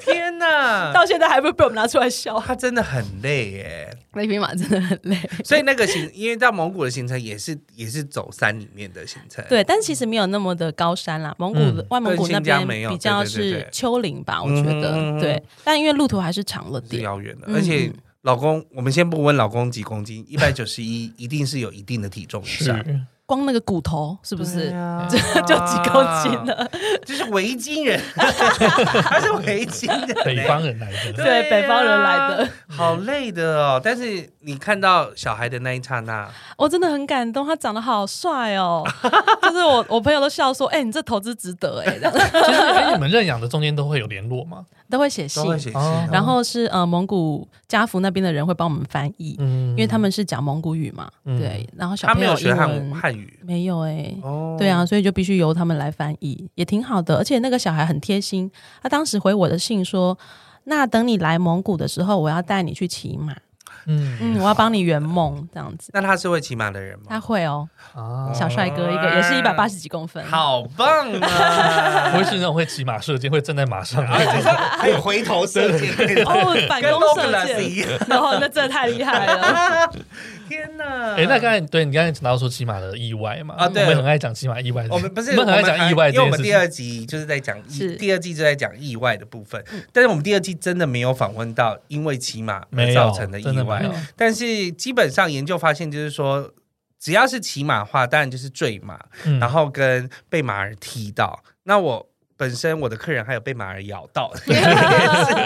S3: 天哪，
S1: 到现在还会被我们拿出来笑。
S3: 他真的很累耶。
S1: 那匹马真的很累。
S3: 所以那个行，因为到蒙古的行程也是也是走山里面的行程，
S1: 对，但其实没有那么的高山啦，蒙古的、
S2: 嗯
S1: 外蒙古
S3: 跟
S1: 那
S3: 新疆
S1: 边
S3: 没有
S1: 比较
S3: 对对对
S1: 是
S3: 对
S1: 丘陵吧，我
S3: 嗯
S1: 觉得、
S3: 嗯嗯
S1: 对。但因为路途还是长了
S3: 是啊
S1: 点，
S3: 遥远的，
S1: 嗯
S3: 而且。老公，我们先不问老公几公 斤，一百九十一一定是有一定的体重以
S2: 是
S3: 上，
S1: 光那个骨头是不是、
S3: 这
S1: 就 就几公斤了？
S3: 就是维京 人，他是维京人、
S2: 北方人来的。
S1: 对
S3: 啊
S1: 北方人来的，
S3: 好累的哦。但是你看到小孩的那一刹那，
S1: 我哦真的很感动，他长得好帅哦， 就是我我朋友都笑说，哎、你这投资值得哎、这样
S2: 其实，哎，你们认养的中间都会有联络吗？
S1: 都会写信
S3: 都，会写信
S2: 哦
S3: 哦，
S1: 然后是呃蒙古家福那边的人会帮我们翻译，
S2: 嗯，
S1: 因为他们是讲蒙古语嘛，
S2: 嗯
S1: 对，然后小
S3: 他
S1: 朋
S3: 没
S1: 友
S3: 有学
S1: 英
S3: 汉
S1: 文
S3: 汉语
S1: 没有哎、
S3: 哦
S1: 对，啊，所以就必须由他们来翻译，也挺好的。而且那个小孩很贴心，他当时回我的信说：“那等你来蒙古的时候，我要带你去骑马，
S2: 嗯
S1: 嗯，我要帮你圆梦，这样子。
S3: 那他是会骑马的人”
S1: 他
S3: 吗？
S1: 会哦，
S2: 啊，
S1: 小帅哥一个，也是一百八十几公分。
S3: 嗯好棒啊！
S2: 不会是那种会骑马射箭，会站在马上
S3: 而且还有回头 射箭，
S1: 哦，反
S3: 跟
S1: 弓
S3: l o g l
S1: 射
S3: a 一
S1: 箭，
S3: 样。
S1: 然后那真的太厉害了。
S3: 天哪！
S2: 哎、那刚才对你刚才讲到说骑马的意外嘛，
S3: 啊对
S2: 我们很爱讲骑马意外的，
S3: 我们不是
S2: 我们很爱讲意外
S3: 因为
S2: 这
S3: 我
S2: 件
S3: 们
S2: 事
S3: 第
S2: 情。
S3: 二集就是在讲意，
S1: 是
S3: 第二季就在讲意外的部分，
S2: 嗯
S3: 但是我们第二季真的没有访问到因为骑马而
S2: 没
S3: 造
S2: 有
S3: 成的
S2: 真
S3: 意
S2: 的
S3: 外
S2: 没有，
S3: 但是基本上研究发现就是说。只要是骑马的话，当然就是坠马，
S2: 嗯
S3: 然后跟被马儿踢到。那我本身我的客人还有被马儿咬到 这件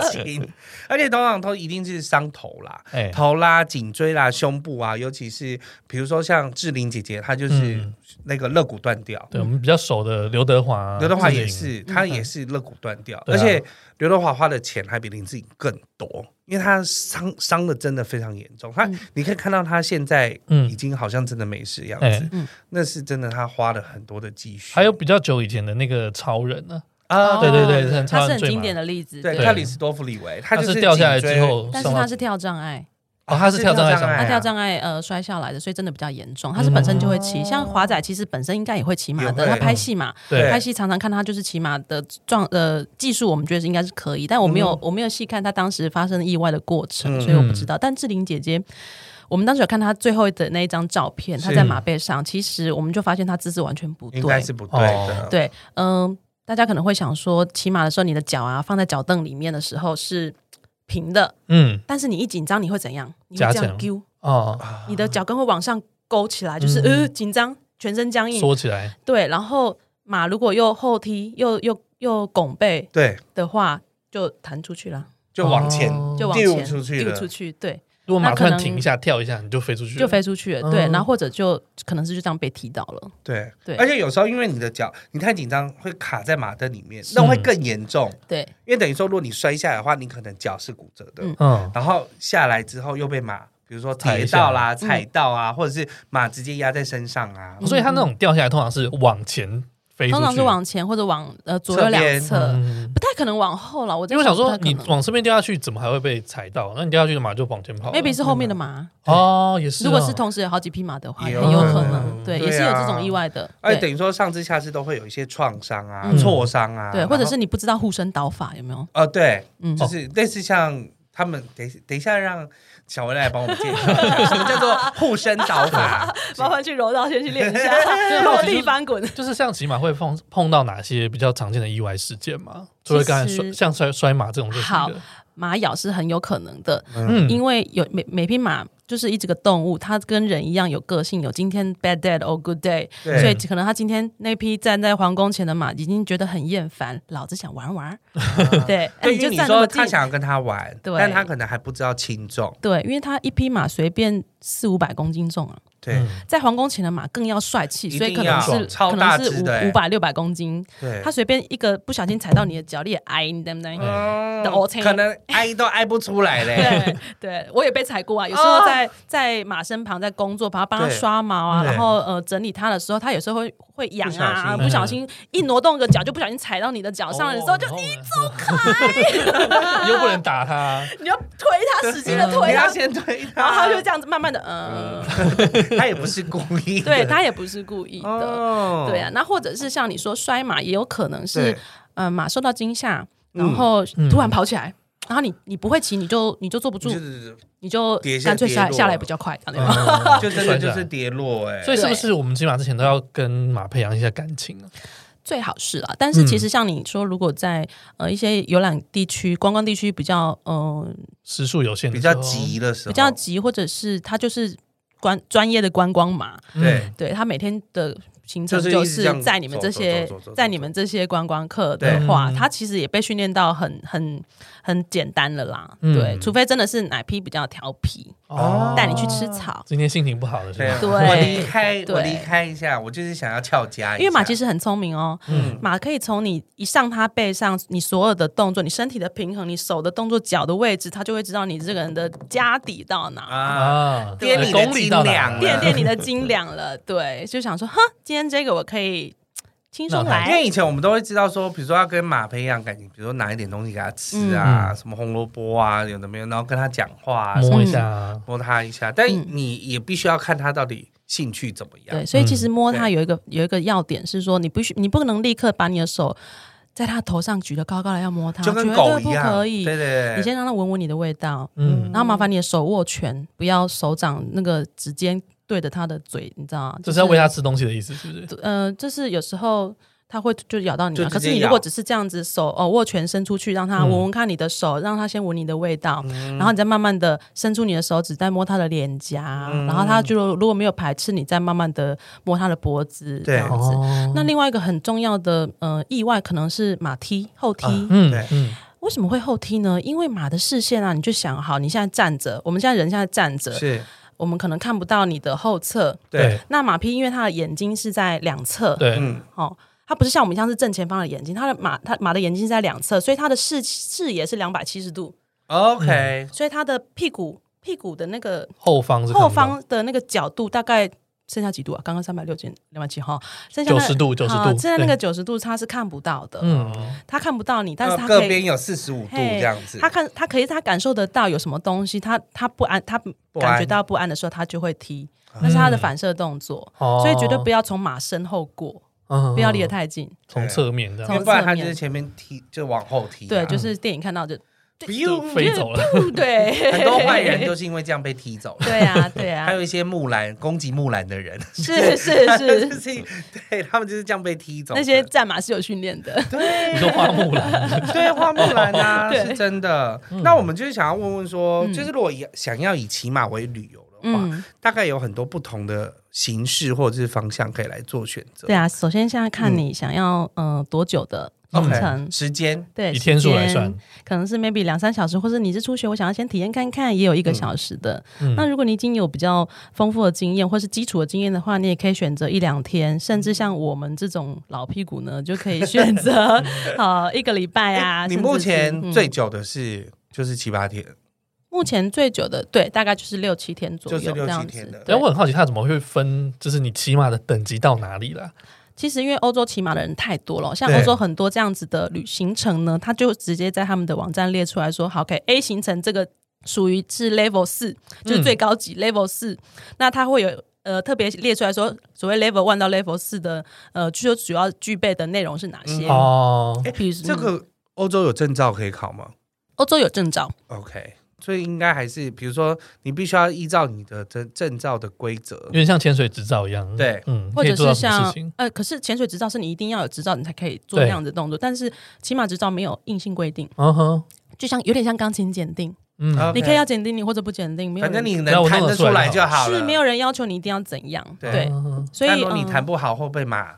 S3: 事情，而且通常都一定是伤头啦，
S2: 哎、
S3: 头啦、颈椎啦、胸部啊，尤其是比如说像志玲姐姐，她就是
S2: 嗯
S3: 那个肋骨断掉。
S2: 对我们比较熟的刘德华啊、
S3: 刘德华
S2: 志
S3: 也
S2: 玲，
S3: 是，他也是肋骨断掉，
S2: 嗯对
S3: 而
S2: 啊
S3: 且刘德华花的钱还比林志颖更多，因为他伤伤的真的非常严重。他
S1: 嗯
S3: 你可以看到他现在已
S2: 嗯，
S3: 经好像真的没事样
S2: 哎
S3: 子
S1: 嗯，哦
S3: 那是真的，他花了很多的积蓄。
S2: 还有比较久以前的那个超人呢、
S3: 啊，
S2: 对对对很
S1: 他是很
S2: 最
S1: 经
S2: 嘛
S1: 典的例子，
S3: 对，
S2: 对
S3: 克里斯多夫李维，他
S2: 他
S3: 就是
S2: 掉下来
S3: 颈椎
S2: 之，后
S1: 但
S2: 上
S1: 是
S2: 到，
S1: 他是跳障碍，
S2: 哦，他是跳障碍上
S3: 哎
S1: 他
S3: 呀
S2: 来，
S1: 跳障碍呃摔下来的，所以真的比较严重。他是本身就会骑，像华仔其实本身应该也会骑马
S3: 嗯也
S1: 的，
S3: 会嗯
S1: 他拍戏嘛，
S2: 对
S1: 拍戏常常看他就是骑马的状呃技术，我们觉得是应该是可以，但我没有、我没有细看他当时发生意外的过程，
S3: 嗯
S1: 所以我不知道。但志玲姐姐。我们当时有看她最后的那一张照片，
S3: 是
S1: 她在马背上，其实我们就发现她姿势完全不
S3: 应该
S1: 对
S3: 是。不对的
S2: 哦。
S1: 对，嗯、大家可能会想说，骑马的时候你的脚啊放在脚凳里面的时候是平的，
S2: 嗯，
S1: 但是你一紧张你会怎样？你
S2: 夹
S1: 会这
S2: 起来
S1: 样揪，
S2: 哦，
S1: 你的脚跟会往上勾起来，就是、
S2: 嗯
S1: 呃紧张，全身僵硬。
S2: 缩起来，
S1: 对，然后马如果又后踢又又又拱背
S3: 对，
S1: 的话，就弹出去了，
S3: 就往前
S2: 哦
S1: 就往
S3: 丢
S1: 前
S3: 出去
S1: 丢
S3: 了
S1: 出去。对，
S2: 如果马
S1: 那
S2: 突
S1: 可
S2: 然
S1: 能
S2: 停一下、跳一下，你就飞出去了，
S1: 就飞出去了，对，
S2: 嗯
S1: 然后或者就可能是就这样被踢到了，
S3: 对
S1: 对
S3: 而且有时候因为你的脚你太紧张会卡在马凳里面，那会更严重，
S1: 对，
S3: 因为等于说如果你摔下来的话，你可能脚是骨折的，
S1: 嗯
S2: 嗯，
S3: 然后下来之后又被马。比如说
S2: 踩一
S3: 跌
S2: 下嗯
S3: 到啦、踩到啊，或者是马直接压在身上啊，
S1: 嗯
S2: 所以它那种掉下来通常是往前飞出去，
S1: 通常是往前或者往呃左右两侧，
S2: 嗯。
S1: 不太可能往后了。我在
S2: 因为我想
S1: 不
S2: 说
S1: 太，可
S2: 你
S1: 能
S2: 往身边掉下去，怎么还会被踩到？那你掉下去的马就往前跑了。
S1: maybe 是后面的马，
S2: 哦，也是哦。
S1: 如果是同时有好几匹马的话，
S3: 也
S1: 很
S3: 有
S1: 有
S2: 可
S1: 可
S2: 能
S1: 能，对，
S3: 对
S1: 也是有
S3: 啊
S1: 这种意外的，
S3: 哎，
S1: 对
S3: 等于说上肢下肢都会有一些创伤啊、
S2: 嗯
S3: 挫伤啊，
S1: 对，或者
S3: 然后
S1: 是你不知道护身导法有没有？
S3: 哦，对，
S1: 嗯
S3: 就，是类似像他们，等等一下让小文来帮我们介绍一 下什么叫做护身导法。
S1: 麻烦去柔道先去练一下
S2: 落地
S1: 翻滚。
S2: 就是像骑马会碰碰到哪些比较常见的意外事件吗？除了刚才
S1: 其
S2: 摔
S1: 实
S2: 像摔摔马这种就是一
S1: 好
S2: 个，
S1: 马咬是很有可能的，
S2: 嗯，
S1: 因为有每每匹马就是一只个动物，它跟人一样有个性，有今天 bad day or good day，
S3: 对
S1: 所以可能他今天那匹站在皇宫前的马已经觉得很厌烦，老子想玩玩儿。对，哎
S3: 啊对
S1: 你
S3: 于
S1: 就
S3: 你
S1: 站那
S3: 说
S1: 么
S3: 他
S1: 近。
S3: 想要跟他玩，
S1: 对
S3: 但他可能还不知道轻重。
S1: 对，因为他一匹马随便四五百公斤重啊，
S3: 对、
S2: 嗯
S1: 在皇宫前的马更要帅气，
S3: 一
S1: 所以
S3: 定
S1: 可能
S3: 要
S1: 是
S3: 超
S1: 可
S3: 大
S1: 能是
S3: 只的
S1: 五
S3: 欸
S1: 五百六百公斤，
S3: 对
S1: 他，随便一个不小心踩到你的脚，你也挨，你对不对？
S3: 嗯
S1: 的欧青
S3: 可能挨都挨不出来嘞。
S1: 对，对我也被踩过啊。有时
S3: 哦
S1: 候在、在马身旁在工作，把它帮它
S3: 对
S1: 刷毛啊，
S3: 对
S1: 然后呃整理它的时候，它有时候会会痒啊，
S2: 不
S1: 不
S2: 小
S1: 小
S2: 心
S1: 心一挪动个脚，就不小心踩到你的脚上的
S3: 哦
S1: 时候，就
S2: 你走 开，你又不能打他，
S1: 你就推它，使劲的
S3: 你
S1: 推
S3: 要
S1: 它，
S3: 先推他，
S1: 然后它就这样子慢慢的，嗯，
S3: 他也不是故意的，
S1: 对，它也不是故意的，
S3: 哦
S1: 对啊。那或者是像你说摔马，也有可能是
S3: 对
S1: 呃马受到惊吓，
S3: 嗯
S1: 然后突然跑起来。然后你你不会骑，你就你就坐不住
S3: 就，是
S1: 你就
S3: 跌下
S1: 干脆下
S3: 跌落
S1: 下来比较快，这样对吧？
S2: 嗯
S3: 就真的
S2: 摔
S3: 就
S2: 下
S3: 是
S2: 来
S3: 跌落哎、
S2: 所以是不是我们骑马之前都要跟马培养一下感情啊？
S1: 最好是啦、但是其实像你说，如果在呃一些游览地区、观光地区比较呃
S2: 时速有限，
S3: 比较，急的时候，
S1: 比较急，或者是他就是观专业的观光马，
S2: 嗯
S3: 对
S1: 对他每天的行程
S3: 就是一
S1: 就
S3: 直这样
S1: 是在你们这
S3: 走走
S1: 些
S3: 走走走走
S1: 在你们这些观光客的话，他其实也被训练到很很很简单了啦。
S2: 嗯
S1: 对，除非真的是哪批比较调皮，
S2: 哦，
S1: 带你去吃草。
S2: 今天心情不好了是
S3: 对啊
S2: 吧？
S3: 我离开，
S1: 对
S3: 我离开一下，我就是想要翘家一下，
S1: 因为马其实很聪明哦，
S3: 嗯
S1: 马可以从你一上它背上，你所有的动作，你身体的平衡，你手的动作、脚的位置，它就会知道你这个人的家底到哪，
S3: 啊，
S2: 啊，
S3: 爹
S2: 呃
S3: 你的
S2: 功力
S3: 斤
S2: 到
S3: 两
S2: 哪
S3: 啊
S2: 了？
S1: 垫垫你的斤两了。对，就想说，哼，今天这个我可以轻松
S2: 那
S1: 来
S3: 因。为以前我们都会知道说，比如说要跟马培养感情，比如说拿一点东西给它吃啊，
S2: 嗯
S3: 什么红萝卜啊，有的没有，然后跟它讲话啊，
S2: 摸一下啊，
S3: 摸它一下。但
S1: 嗯
S3: 你也必须要看它到底兴趣怎么样
S1: 对，。所以其实摸
S3: 嗯
S1: 它有一个、有一个要点是说，你不许你不能立刻把你的手在它头上举得高高的要摸它，
S3: 就跟
S1: 绝
S3: 狗
S1: 对
S3: 一
S1: 不
S3: 样，
S1: 可以。
S3: 对对
S1: 你
S3: 对，
S1: 先让它闻闻你的味道，
S2: 嗯，
S1: 然后麻烦你的手握拳，不要手掌那个指尖对着它的嘴，你知道吗？
S2: 这是要喂它吃东西的意思，是不是？
S1: 呃，就是有时候它会就咬到你
S3: 就
S1: 嘛，
S3: 直
S1: 可
S3: 接
S1: 是你如果
S3: 咬
S1: 只是这样子手哦握拳伸出去，让它
S2: 嗯
S1: 闻闻看你的手，让它先闻你的味道，
S3: 嗯
S1: 然后你再慢慢的伸出你的手指，再摸它的脸颊，
S3: 嗯
S1: 然后它就如果没有排斥，你再慢慢的摸它的脖子，
S3: 对
S1: 这样子。
S2: 哦，
S1: 那另外一个很重要的呃意外，可能是马踢后踢。
S2: 嗯
S3: 对
S2: 嗯，
S1: 为什么会后踢呢？因为马的视线啊，你就想好，你现在站着，我们现在人现在站着，
S3: 是，
S1: 我们可能看不到你的后侧。
S3: 对，
S1: 那马匹因为它的眼睛是在两侧，
S2: 对，
S3: 嗯，
S1: 哦，它不是像我们一样是正前方的眼睛，它的马它马的眼睛是在两侧，所以它的视视野是两百七十度，
S3: ，OK，
S1: 所以它的屁股屁股的那个
S2: 后方是看不到
S1: 后方的那个角度大概剩下几度啊？刚刚三百六减两百七哈，剩下那
S2: 90度90度
S1: 啊剩下那
S2: 对
S1: 个九十度它是看不到的，
S2: 嗯，
S1: 它看不到你，但
S3: 那
S1: 是它
S3: 各
S1: 可以。
S3: 边有四十五度
S1: 嘿
S3: 这样子，
S1: 它看，它可以，它感受得到有什么东西，它它不安，它
S3: 安
S1: 感觉到不安的时候，它就会踢，那是它的反射动作，
S2: 嗯哦
S1: 所以绝对不要从马身后过，
S2: 嗯
S1: 不要离得太近。
S2: 从侧面这
S3: 因
S2: 样
S1: 从
S3: 为不然它
S1: 侧
S3: 就
S1: 面
S3: 是前面踢，就往后踢啊，
S1: 对，就是电影看到就
S2: 就
S3: biu，
S2: 飞走了。
S1: 对，
S3: 很多坏人都是因为这样被踢走了。
S1: 对啊，对啊
S3: 还，有一些木兰攻击木兰的人，
S1: 是 是，
S3: 就是是对他们就是这样被踢走的。
S1: 那些战马是有训练的，
S2: 你说花木兰，
S3: 对花木兰啊，
S1: 对
S3: 是真的。那我们就是想要问问说，
S1: 嗯
S3: 就是如果以想要以骑马为旅游的话，
S1: 嗯，
S3: 大概有很多不同的形式或者是方向可以来做选择。
S1: 对啊。首先现在看你想要嗯多久的行
S3: OK
S1: 程。
S3: 时间
S1: 对，
S2: 以天数来算，，
S1: 可能是 maybe 两三小时，或是你是初学，我想要先体验看看，也有一个小时的。
S2: 嗯
S1: 那如果你已经有比较丰富的经验，或是基础的经验的话，你也可以选择一两天，甚至像我们这种老屁股呢，就可以选 择呃一个礼拜啊。
S3: 哎你
S1: 甚至是
S3: 目前
S1: 嗯
S3: 最久的是就是七八天，
S1: 目前最久的，对，大概就是六七天左右，
S3: 就是
S1: 这
S3: 六
S1: 样
S3: 七
S1: 子
S3: 天的。
S1: 对
S2: 但我很好奇，他怎么会分，就是你骑马的等级到哪里啦？
S1: 其实因为欧洲骑马的人太多了，像
S3: 对
S1: 欧洲很多这样子的旅行程呢，他就直接在他们的网站列出来说，好，OK，A 行程这个属于是 Level 四，
S2: 嗯
S1: 就是最高级、Level 四，那它会有。呃，特别列出来说，所谓 level one 到 level 四的，呃，就主要具备的内容是哪些？
S2: 哦，
S1: 比如
S3: 嗯
S1: 说嗯
S3: 这个欧洲有证照可以考吗
S1: 欧洲有证照，
S3: ？OK，所以应该还是比如说你必须要依照你的证证照的规则
S2: 有，点像潜水执照一样，
S3: 对
S2: 嗯，
S1: 或
S2: 可以
S1: 者
S2: 做到
S1: 是
S2: 什么
S1: 像
S2: 事情？
S1: 呃，可是潜水执照是你一定要有执照你才可以做
S2: 对
S1: 那样的动作，但是骑马执照没有硬性规定，
S2: 嗯哼，
S1: 就像有点像钢琴检定，
S2: 嗯，
S3: 啊 OK
S1: 你可以要检定你或者不检定，没有
S3: 反正
S1: 人
S3: 你
S2: 那
S3: 能
S2: 我弄
S3: 弹
S2: 得
S3: 得
S2: 出来
S3: 出来
S2: 就
S3: 就好了。
S1: 是没有人要求你一定要怎样，
S3: 对
S1: 对，
S2: 嗯
S1: 所以
S3: 但如果你弹
S1: 嗯
S3: 不好或被骂，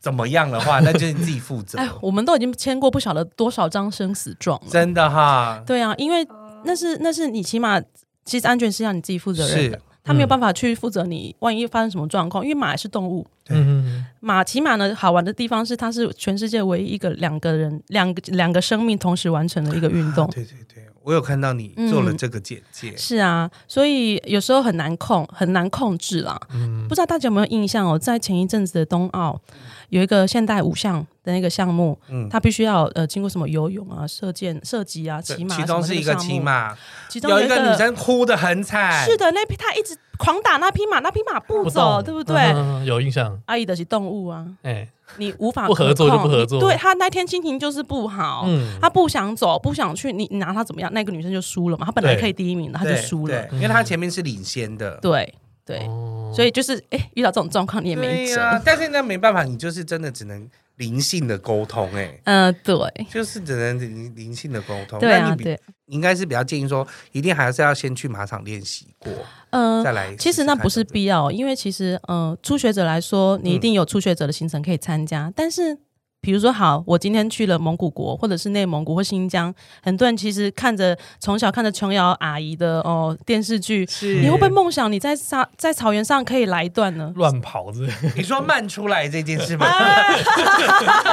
S3: 怎么样的话，那就是你自己负责
S1: 哎，，我们都已经签过不晓得多少张生死状了，
S3: 真的哈。
S1: 对啊，因为那是那是你起码其实安全是要你自己负责任的
S3: 是，
S1: 他没有办法去负责你万一发生什么状况，因为马是动物。
S2: 嗯
S1: 马骑马呢，好玩的地方是它是全世界唯一一个两个人两个两个生命同时完成的一个运动。
S3: 对对对，我有看到你做了这个简介，
S1: 嗯是啊，所以有时候很难控，很难控制啦。不知道大家有没有印象哦？在前一阵子的冬奥，有一个现代五项的那个项目，
S3: 嗯
S1: 它必须要呃经过什么游泳啊、射箭、射击啊、
S3: 这
S1: 骑马啊，
S3: 其中
S1: 什
S3: 是
S1: 么
S3: 一个
S1: 项目
S3: 骑，马，
S1: 其中
S3: 有一
S1: 个
S3: 个女生哭得很惨，
S1: 是的，那匹他一直狂打那匹马，那匹马不
S2: 不懂
S1: 走，对不对？
S2: 嗯哼有印象，
S1: 阿姨的是动物啊，
S2: 哎，
S1: 你无法
S2: 不合作就
S1: 可控
S2: 不合作
S1: 对他那天心情就是不好，
S2: 嗯，
S1: 他不想走，不想去，你你拿他怎么样？那个女生就输了嘛，她本来
S2: 对
S1: 可以第一名的，她就
S3: 对
S1: 输了。嗯
S3: 对因为她前面是领先的，
S1: 对对，
S2: 哦
S1: 所以就是哎、诶遇到这种状况你也没
S3: 对
S1: 辙。
S3: 呀，但是那没办法，你就是真的只能灵性的沟通，哎，
S1: 嗯、对
S3: 就是只能灵灵性的沟通。
S1: 对
S3: 那
S1: 啊，
S3: 你比
S1: 对，
S3: 你应该是比较建议说，一定还是要先去马场练习过，
S1: 嗯、
S3: 再来试试看。嗯
S1: 其实那不是
S3: 对对
S1: 必要，因为其实嗯、呃，初学者来说，你一定有初学者的行程可以参加，但是。比如说，好，我今天去了蒙古国，或者是内蒙古或新疆，很多人其实看着从小看着琼瑶阿姨的哦电视剧，
S3: 是
S1: 你会不会梦想你在沙在草原上可以来一段 呢？
S2: 乱跑之类的
S3: 你说慢出来这件事吗？
S1: 啊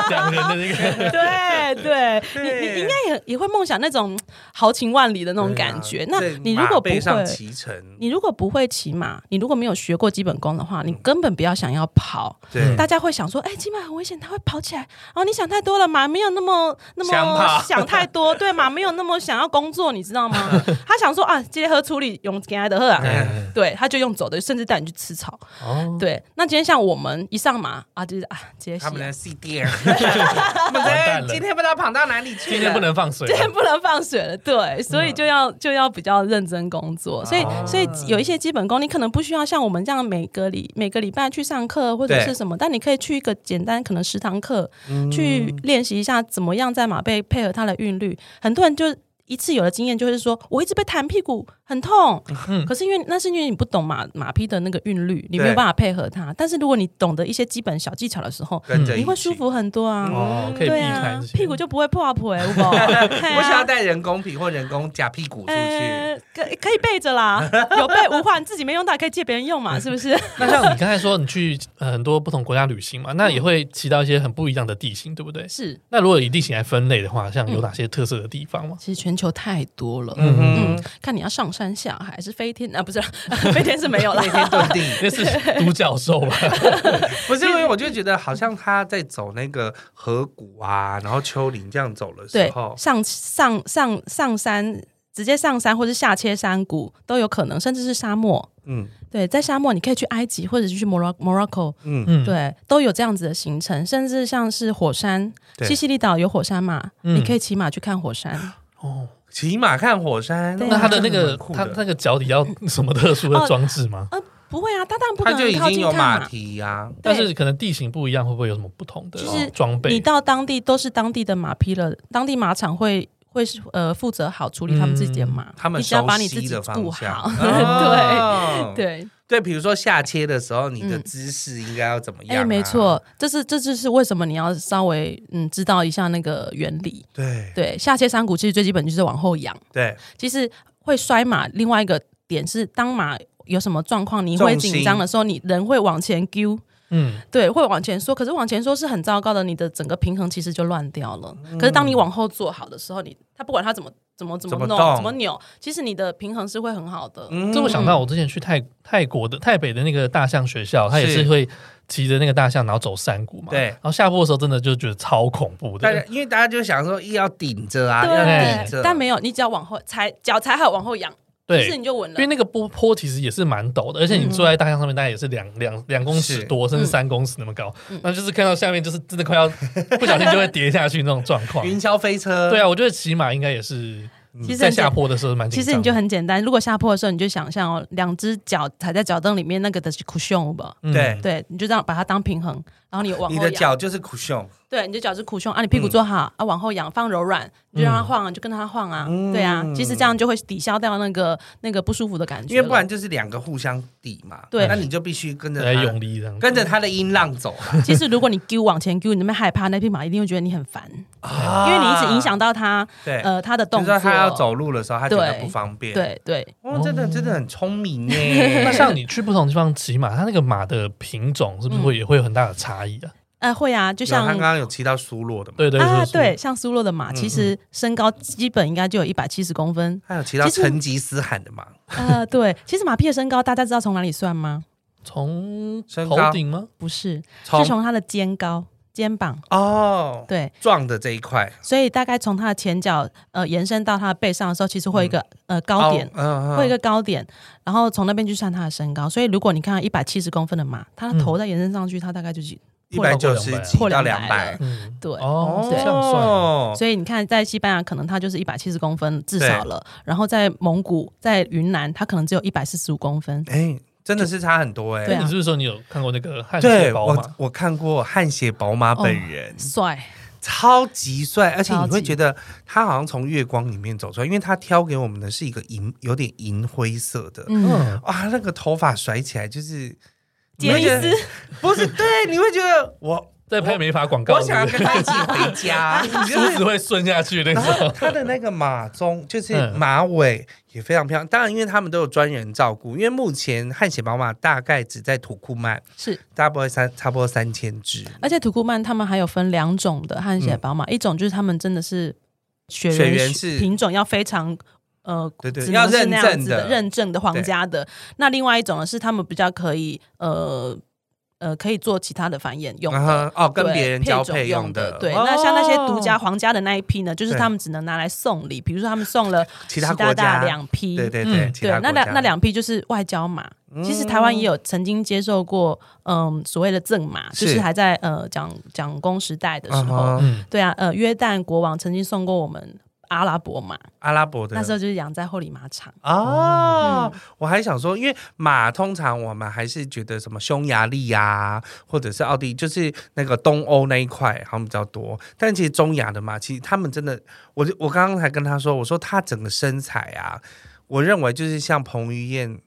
S2: 两人的那个，
S1: 对对，你
S3: 对
S1: 你应该也也会梦想那种豪情万里的那种感
S3: 对
S1: 觉。
S3: 啊
S1: 那
S3: 在
S1: 你如
S3: 马
S1: 果不
S3: 背上
S1: 会，
S3: 骑乘，
S1: 你如果不会骑马，你如果没有学过基本功的话，你根本不要想要跑。
S3: 对，
S1: 大家会想说，哎、骑马很危险，它会跑起来。哦，你想太多了，马没有那么那
S3: 想
S1: 么
S3: 跑
S1: 想太多，对，马没有那么想要工作，你知道吗？他想说啊，今天喝处理用给他的喝啊，
S2: 哎
S1: 对，他就用走的，甚至带你去吃草。
S2: 哦，
S1: 对，那今天像我们一上马啊，就是啊，直接洗
S3: 他们
S1: 啊
S3: 的 C 店，他们
S2: 完
S3: 在
S2: 蛋了
S3: 今天不知道跑到哪里去了，
S2: 今天不能放水
S1: 今
S2: 了，
S1: 天不能放水了，对，所
S2: 嗯
S1: 以就要就要比较认真工作，所以
S2: 哦
S3: 啊
S1: 所以有一些基本功，你可能不需要像我们这样每个礼每个礼拜去上课或者
S3: 对
S1: 是什么，但你可以去一个简单可能十堂课
S2: 嗯
S1: 去练习一下怎么样在马背配合它的韵律。很多人就一次有了经验，就是说我一直被弹屁股很痛，
S2: 嗯
S1: 可是因为那是因为你不懂马马匹的那个韵律，你没有
S3: 对
S1: 办法配合它。但是如果你懂得一些基本小技巧的时候，
S3: 跟着
S1: 嗯你
S3: 一
S1: 会
S3: 起
S1: 舒。 服很多啊。
S2: 哦，可以避
S1: 对
S2: 开
S1: 啊
S2: 这，些
S1: 屁股就不会破皮，有无嘿啊
S3: 不需要带人工皮或人工假屁股出去，
S1: 呃，可可以备 着啦，有备无患，自己没用到可以借别人用嘛，是不是？
S2: 那像你刚才说，你去呃很多不同国家旅行嘛，那也会骑到一些很不一样的地形，对不对？
S1: 是，
S2: 那如果以地形来分类的话，像有哪些特色的地方吗？
S1: 其实全球太多了。
S3: 嗯
S1: 嗯
S3: 哼，，
S1: 看你要上山下海，还是飞天啊？不是啦， 飞天是没有啦。
S3: 那天遁地，
S2: 那是独角兽吧？
S3: 不是因为我就觉得好像他在走那个河谷啊，然后丘陵这样走的时
S1: 对，
S3: 候，
S1: 上上上上山，直接上山，或是下切山谷都有可能，甚至是沙漠。
S3: 嗯
S1: 对，在沙漠你可以去埃及，或者是去 Moro- Morocco，
S3: 嗯，
S2: 嗯，
S1: 对，都有这样子的行程，甚至像是火山，
S3: 对
S1: 西西里岛有火山嘛，
S2: 嗯
S1: 你可以骑马去看火山。
S2: 哦，
S3: 骑马看火山，
S1: 对啊
S2: 那它的那
S3: 真
S2: 个
S3: 蛮酷
S2: 它
S3: 的
S2: 那个脚底 要什么特殊的装置吗？
S1: 呃，不会啊，他当然不可
S3: 他就
S1: 能
S3: 已
S1: 靠
S3: 经
S1: 近
S3: 有
S1: 看
S3: 马
S1: 嘛。
S3: 蹄呀，
S1: 对
S2: 但是可能地形不一样，会不会有什么不同的哦
S1: 就是
S2: 装
S1: 你
S2: 备？
S1: 到当地都是当地的马匹了，当地马场会会是呃负责好处理他们自己的马，
S3: 嗯他们
S1: 你只要
S3: 熟
S1: 把你自
S3: 悉
S1: 己
S3: 的
S1: 顾
S3: 方向嗯
S1: 好，，
S3: 哦
S1: 对对。
S3: 对，比如说下切的时候，你的
S1: 嗯
S3: 姿势应该要怎么样、啊
S1: 哎、没，错，这是这就是为什么你要稍微嗯知道一下那个原理。
S3: 对
S1: 对，下切山谷其实最基本就是往后仰。
S3: 对，
S1: 其实会摔马，另外一个点是，当马有什么状况，你会
S3: 重心
S1: 紧张的时候，你人会往前丢，
S2: 嗯，
S1: 对，会往前缩。可是往前缩是很糟糕的，你的整个平衡其实就乱掉了。
S2: 嗯
S1: 可是当你往后做好的时候，你他不管他怎么怎么怎
S3: 怎么
S1: 么弄
S3: 动
S1: 怎么扭，其实你的平衡是会很好的。
S3: 嗯
S2: 这我想到我之前去泰泰国的泰北的那个大象学校，它也
S3: 是
S2: 是会骑着那个大象，然后走山谷嘛。
S3: 对
S2: 然后下坡的时候真的就觉得超恐怖
S3: 大家
S2: 的。
S3: 因为大家就想说，一要顶着啊，要顶
S1: 对
S3: 着，，
S1: 但没有，你只要往后踩，脚踩好往后仰，其实
S2: 对
S1: 你，就稳
S2: 因
S1: 了嗯
S2: 为。那个坡坡其实也是蛮陡的，而且你坐在大象上面，大概也是两两两公尺多，甚至三公尺那么高。
S1: 嗯
S2: 那就是看到下面，就是真的快要不小心就会跌下去那种状 况。
S3: 云霄飞车，
S2: 对啊，我觉得骑马应该也是
S1: 其实
S2: 在
S1: 很
S2: 下
S1: 简
S2: 坡的时候蛮紧
S1: 其
S2: 张的。
S1: 实你就很简单，如果下坡的时候，你就想象哦，两只脚踩在脚蹬里面，那个的是 cushion 吧？
S2: 嗯
S3: 对
S1: 对，你就这样把它当平衡，然后你往后
S3: 你的
S1: 仰
S3: 脚就是苦胸，
S1: 对，你的脚是苦胸啊，你
S3: 嗯
S1: 屁股坐好、啊，往后仰，放柔软，你就让它晃啊，你就跟着它晃啊，
S3: 嗯
S1: 对啊，其实这样就会抵消掉那个那个不舒服的感觉了，
S3: 因为不然就是两个互相抵嘛。
S1: 对
S3: 那你就必须跟着
S2: 在
S3: 它
S2: 用力这样子。
S3: 跟着它的音浪走啦
S1: 其实如果你丢往前丢，你那边害怕，那匹马一定会觉得你很烦，
S3: 啊
S1: 因为你一直影响到它
S3: 对。
S1: 呃它的
S3: 就
S1: 动
S3: 是说
S1: 作，
S3: 他要，走路的时候，他觉得
S1: 对
S3: 不方便。，
S1: 对对，
S3: 哇，真的真的很聪明
S2: 那
S3: 耶！
S2: 像你去不同地方骑马，它那个马的品种是不是会也会有很大的差异啊？
S1: 呃会啊，就
S3: 就
S1: 像
S3: 他刚嗯刚有骑到苏洛的嘛，
S2: 对对
S1: 啊
S2: 对，
S1: 对，像苏洛的马，其实身高基本应该就有一百七十公分，
S3: 他有骑到
S1: 其实
S3: 成吉思汗的嘛？
S1: 呃，对，其实马屁的身高大家知道从哪里算吗？
S2: 从
S3: 身
S2: 头
S3: 高
S2: 顶吗？
S1: 不是，
S3: 从
S1: 是从它的肩高、肩膀。
S3: 哦，
S1: 对，
S3: 撞的这一块
S1: 所以大概从它的前脚呃延伸到它的背上的时候，其实会有一个、呃高点
S3: 哦，嗯嗯
S1: 会有一个高点，然后从那边去算它的身高。所以如果你看到一百七十公分的马，它的头再延伸上去，它大概就几
S3: 一百九十几
S1: 破
S3: 到
S1: 两
S3: 两
S1: 百
S3: 百
S1: 了。
S2: 嗯，
S1: 对。
S2: 哦，
S1: 对
S2: 这样算。
S1: 所以你看，在西班牙可能它就是一百七十公分至少了，然后在蒙古、在云南，它可能只有一百四十五公分。
S3: 哎，真的是差很多哎。
S1: 对啊
S2: 你是不是说你有看过那个汗
S3: 对
S2: 血宝
S3: 我
S2: 马？
S3: 我看过汗血宝马本人，
S1: 帅，
S3: 超级帅，而且你
S1: 超
S3: 会
S1: 级
S3: 觉得他好像从月光里面走出来，因为他挑给我们的是一个银，有点银灰色的，
S1: 嗯，
S2: 嗯，
S3: 哇，那个头发甩起来就是
S1: 杰尼斯，
S3: 嗯不是对，你会觉得 我
S2: 在拍美发广告，
S3: 我想要
S2: 对
S3: 跟他一起回家，你 就
S2: 不对
S3: 是。
S2: 只会顺下去那
S3: 然后
S2: 种。
S3: 他的那个马鬃，就是
S2: 嗯
S3: 马尾也非常漂亮。当然，因为他们都有专人照顾，因为目前汗血宝马大概只在土库曼，
S1: 是。
S3: 大概三差不多三千只。
S1: 而且土库曼他们还有分两种的汗血宝马，一种就是他们真的是血
S3: 血
S1: 缘
S3: 缘是
S1: 品种要非常呃，
S3: 对对
S1: 只能
S3: 要
S1: 是
S3: 认
S1: 那样
S3: 证
S1: 子
S3: 的
S1: 的认证的皇家的。那另外一种呢是他们比较可以呃呃可以做其他的繁衍用的。
S3: 然后哦，跟
S1: 对
S3: 别人交配
S1: 配种
S3: 用
S1: 用
S3: 的。
S1: 对。
S3: 哦
S1: 那像那些独家皇家的那一批呢，就是
S3: 对
S1: 他们只能拿来送礼，比如说他们送了
S3: 其他
S1: 习
S3: 国
S1: 大
S3: 家
S1: 大两批，
S3: 对对对，
S2: 嗯
S3: 其他
S1: 对，那
S3: 国家嗯
S1: 两那两批就是外交马。其实台湾也有曾经接受过，嗯，所谓的赠马，
S3: 是
S1: 就是还在呃蒋蒋公时代的时候，
S3: 嗯哼
S2: 嗯，
S1: 对啊，呃，约旦国王曾经送过我们阿拉伯马，
S3: 阿拉伯的
S1: 那时候就是养在后里马场，嗯
S3: 哦，我还想说，因为马通常我们还是觉得什么匈牙利呀、或者是奥地利，就是那个东欧那一块好像比较多。但其实中亚的马，其实他们真的，我就我刚刚还跟他说，我说他整个身材啊，我认为就是像彭于 晏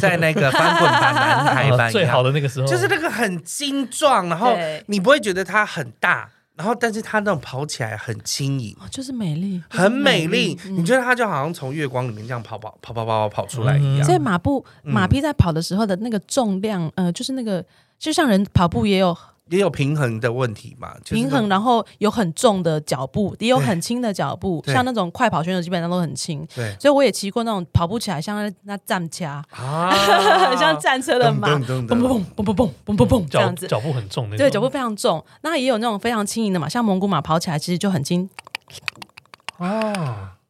S3: 在那个翻滚吧男孩
S1: 哦
S2: 啊
S3: 版一
S2: 最好
S3: 样，
S2: 的那个时候
S3: 就是那个很精壮，然后
S1: 对
S3: 你不会觉得他很大，然后但是他那种跑起来很轻盈。
S1: 哦，就是美丽，就是
S3: 很美丽，
S1: 嗯
S3: 你觉得它就好像从月光里面这样跑跑跑跑跑跑跑出来一
S2: 嗯
S3: 样。
S1: 所以马步马匹在跑的时候的那个重量，呃，就是那个就像人跑步也有
S3: 也有平衡的问题嘛，就是、
S1: 平衡，。然后有很重的脚步，也有
S3: 对
S1: 很轻的脚步，
S3: 对
S1: 像那种快跑选手基本上都很轻，
S3: 对
S1: 所以我也骑过那种跑步起来像那那战掐，
S3: 啊
S1: 很 像战车的马，
S3: 噔噔噔噔
S1: 嘣嘣嘣嘣嘣嘣嘣嘣嘣这
S2: 脚
S1: 样子。
S2: 脚步很重那种。
S1: 对，脚步非常重。那也有那种非常轻盈的马，像蒙古马跑起来其实就很轻，
S2: 哦，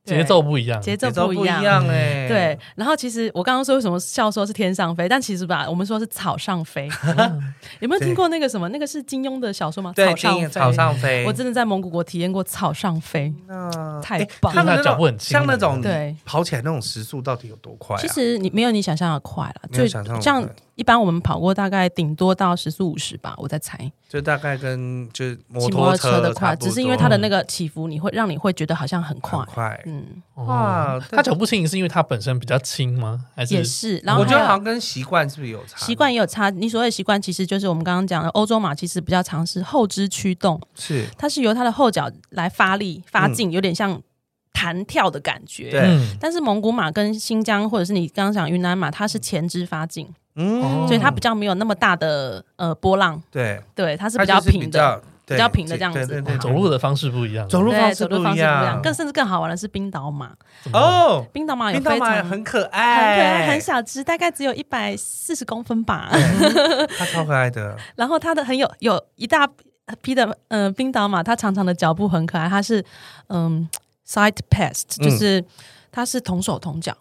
S1: 对
S2: 节奏不一样。
S1: 节奏
S3: 节奏
S1: 不
S3: 啊不
S1: 一样。
S3: 样哎、
S1: 对，，然后其实我刚刚说为什么笑说是天上飞，但其实吧，我们说是草上 飞。嗯有没有听过那个什么？那个是金庸的小说吗？
S3: 对，
S1: 草
S3: 金
S1: 上
S3: 眼
S1: 飞。
S3: 草上飞，
S1: 我真的在蒙古国体验过草上飞，
S3: 啊
S1: 太
S3: 诶
S1: 棒
S3: 他
S1: 了。
S3: 们那
S2: 那脚步
S3: 种
S2: 很轻
S3: 像那种
S1: 对
S3: 跑起来那种时速到底有多快、啊？
S1: 其实你没有你想象的快了，
S3: 没有
S1: 最
S3: 想象的
S1: 像
S3: 快
S1: 一般我们跑过大概顶多到时速五十吧，我在猜。
S3: 就大概跟就是摩
S1: 骑摩
S3: 托
S1: 托车的
S3: 差
S1: 快，
S3: 不多
S1: 只是因为它的那个起伏，你会让你会觉得好像很快
S3: 很。快
S1: 嗯，
S3: 哇，
S2: 它哦脚步轻盈是因为它本身比较轻吗？还
S1: 也
S2: 是
S1: 是。然后
S3: 我觉得好
S1: 还有
S3: 像跟习惯是不是有差？
S1: 习惯也有差，你所谓的习惯其实就是我们刚刚讲的欧洲马，其实比较尝试后肢驱动，
S3: 是
S1: 它是由它的后脚来发力发劲，有点像弹跳的感觉。
S3: 嗯对
S2: 嗯
S1: 但是蒙古马跟新疆或者是你刚刚讲云南马，它是前肢发劲，
S3: 嗯，
S1: 所以它比较没有那么大的呃波浪，
S3: 对，
S1: 对，它是
S3: 它
S1: 比较
S3: 就是
S1: 平的。
S3: 对
S1: 比较平的这样子
S3: 对对对对
S2: 嗯走路的方式不一样，
S3: 走路方
S1: 对，
S3: 式
S1: 走
S3: 不
S1: 路方
S3: 一
S1: 式不一样，
S3: 样
S1: 更甚至更好玩的是冰岛马，
S2: 哦，
S3: 哦。
S1: 冰岛马有
S3: 冰岛
S1: 非
S3: 马
S1: 常
S3: 很可
S1: 很可
S3: 爱，
S1: 爱，很，小只，大概只有一百四十公分吧。
S3: 它超可爱的。
S1: 然后它的很有有一大批的呃冰岛马，它长长的脚步很可爱，它是嗯 side pass，
S3: 嗯
S1: 就是、它是同手同脚，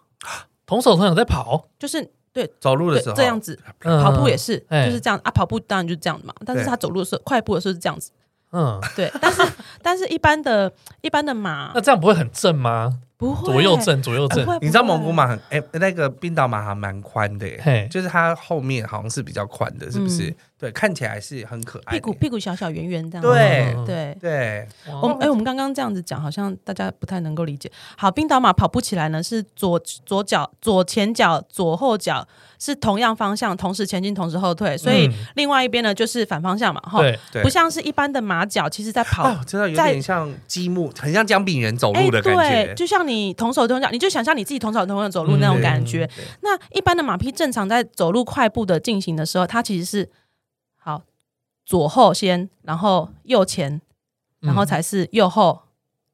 S2: 同手同脚在跑，
S1: 就是对
S3: 走路的
S1: 对
S3: 时候
S1: 这样子，
S2: 嗯
S1: 跑步也，是、
S2: 哎
S1: 就是这样啊，跑步当然就是这样嘛，但是
S3: 对
S1: 它走路的时候快步的时候是这样子，
S2: 嗯，
S1: 对，但是但是一般的一般的马
S2: 那这样不会很正吗？
S1: 不会
S2: 呃
S1: 呃
S2: 左右正，左右
S1: 不会，
S2: 正
S1: 不，会
S3: 你知道蒙古马很哎、那个冰岛马还蛮宽的耶、
S2: 嘿
S3: 就是它后面好像是比较宽的，是不是？对，看起来是很可爱的耶。
S1: 嗯屁股屁股小小圆圆这样，
S3: 对
S2: 嗯
S1: 对。
S3: 对，
S1: 我
S2: 哇
S1: 们哎、我们刚刚这样子讲，好像大家不太能够理解。好，冰岛马跑步起来呢，是左左脚、左前脚、左后脚是同样方向，同时前进，同时后退，所以
S2: 嗯
S1: 另外一边呢就是反方向嘛，哈，
S2: 对，
S3: 对
S1: 不像是一般的马脚，其实在跑。
S3: 哦，真的有
S1: 在
S3: 点像积木，很像姜饼人走
S1: 哎
S3: 路的感
S1: 对，
S3: 觉。
S1: 就像你同手同脚，你就想象你自己同手同脚走路那种
S2: 嗯
S1: 感觉。
S3: 对
S1: 那一般的马匹正常在走路快步的进行的时候，它其实是好左后先，然后右前，然后
S2: 嗯
S1: 才是右后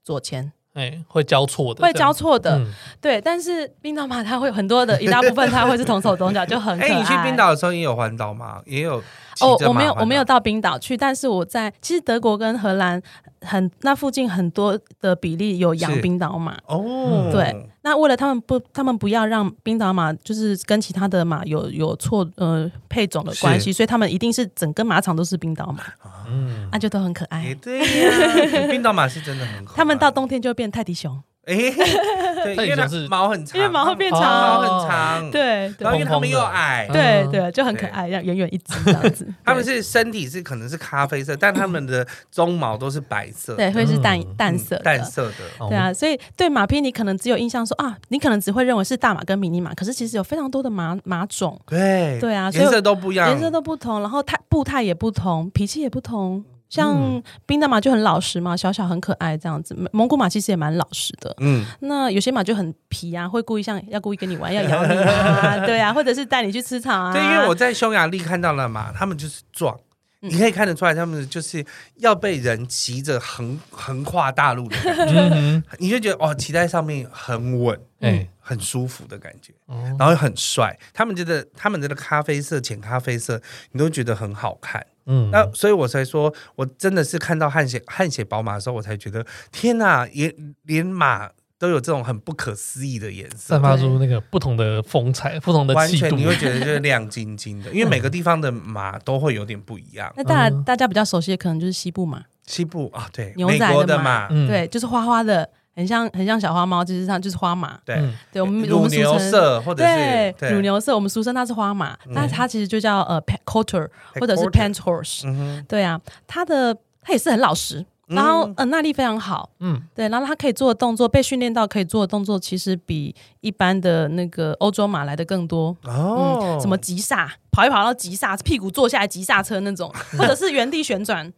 S1: 左前，
S2: 哎会交错的，
S1: 会交错
S2: 这
S1: 的。
S2: 样嗯
S1: 对，但是冰岛马它会有很多的一大部分，它会是同手同脚，就很可
S3: 哎、
S1: 爱。
S3: 你去冰岛的时候也有环岛吗？也有骑
S1: 哦，
S3: 着
S1: 我
S3: 马
S1: 没有，
S3: 环岛啊
S1: 我没有到冰岛去，但是我在其实德国跟荷兰很那附近很多的比例有养
S3: 是
S1: 冰岛马。
S3: 哦，
S1: 对，那为了他们不，他们不要让冰岛马就是跟其他的马有有错呃配种的关系，所以他们一定是整个马场都是冰岛马，
S2: 嗯，
S1: 那就都很可
S3: 啊也
S1: 爱。
S3: 哎对呀、冰岛马是真的很可爱。
S1: 哎他们到冬天就会变泰迪熊，
S3: 哎、对，
S2: 那
S3: 因
S2: 你
S3: 为它
S2: 就是哦
S3: 毛很长，
S1: 因为毛会变长
S3: 毛很长，，
S1: 对
S3: 然后因
S1: 对
S3: 为他们又矮，。
S2: 嗯
S1: 对对，就很可爱，让远远一只这样子
S3: 他们是身体是可能是咖啡色，但他们的鬃毛都是白色，
S1: 对，对会是淡
S2: 嗯
S1: 淡
S3: 嗯
S1: 色的
S3: 淡色哦的。
S2: 好
S1: 对啊，所以对马匹你可能只有印象说啊，你可能只会认为是大马跟迷你马，可是其实有非常多的马马种，
S3: 对
S1: 对啊所以
S3: 颜色都不一样，
S1: 颜色都不同，然后态步态也不同，脾气也不同。
S3: 嗯
S1: 像冰岛马就很老实嘛，小小很可爱这样子。蒙古马其实也蛮老实的。
S3: 嗯，
S1: 那有些马就很皮啊，会故意像要故意跟你玩，要咬你 啊，对啊，或者是带你去吃草啊。
S3: 对，因为我在匈牙利看到了嘛，他们就是壮。
S1: 嗯
S3: 你可以看得出来，他们就是要被人骑着横横跨大陆的感觉，
S2: 嗯
S3: 你就觉得哦，骑在上面很稳，
S2: 哼哎，
S3: 很舒服的感觉，
S2: 哦
S3: 然后很帅。他们觉得他们这个咖啡色、浅咖啡色，你都觉得很好看。
S2: 嗯，
S3: 那所以我才说，我真的是看到汗血汗血宝马的时候，我才觉得天哪，也连马都有这种很不可思议的颜色
S2: 散，发出那个不同的风采，不同的
S3: 完
S2: 气
S3: 全
S2: 度
S3: 你，会觉得就是亮晶晶 的，因为每个地方的马都会有点不一样。
S1: 那当然
S2: 嗯
S1: 大家比较熟悉的可能就是西部马，
S3: 西部啊，对，
S1: 牛
S3: 美
S1: 仔
S3: 国的
S1: 的
S3: 马
S1: 马，
S2: 嗯
S1: 对，就是花花的，很像很像小花猫，就是它就是花马。
S3: 对，
S2: 嗯
S1: 对我们我
S3: 乳
S1: 们俗
S3: 牛
S1: 称
S3: 色或者是嗯
S1: 对，乳，牛色，我们俗称它是花马，但是它其实就叫呃 p c o t e r 或者是
S3: Pectorate
S1: pant horse。
S3: 嗯哼，嗯
S1: 对啊，它的它也是很老实，然后呃耐力非常好，
S2: 嗯，
S1: 对，然后它可以做的动作被训练到可以做的动作，其实比一般的那个欧洲马来的更多。
S3: 哦，
S1: 嗯什么急刹，跑一跑到急刹，屁股坐下来急刹车 那种，或者是原地旋转，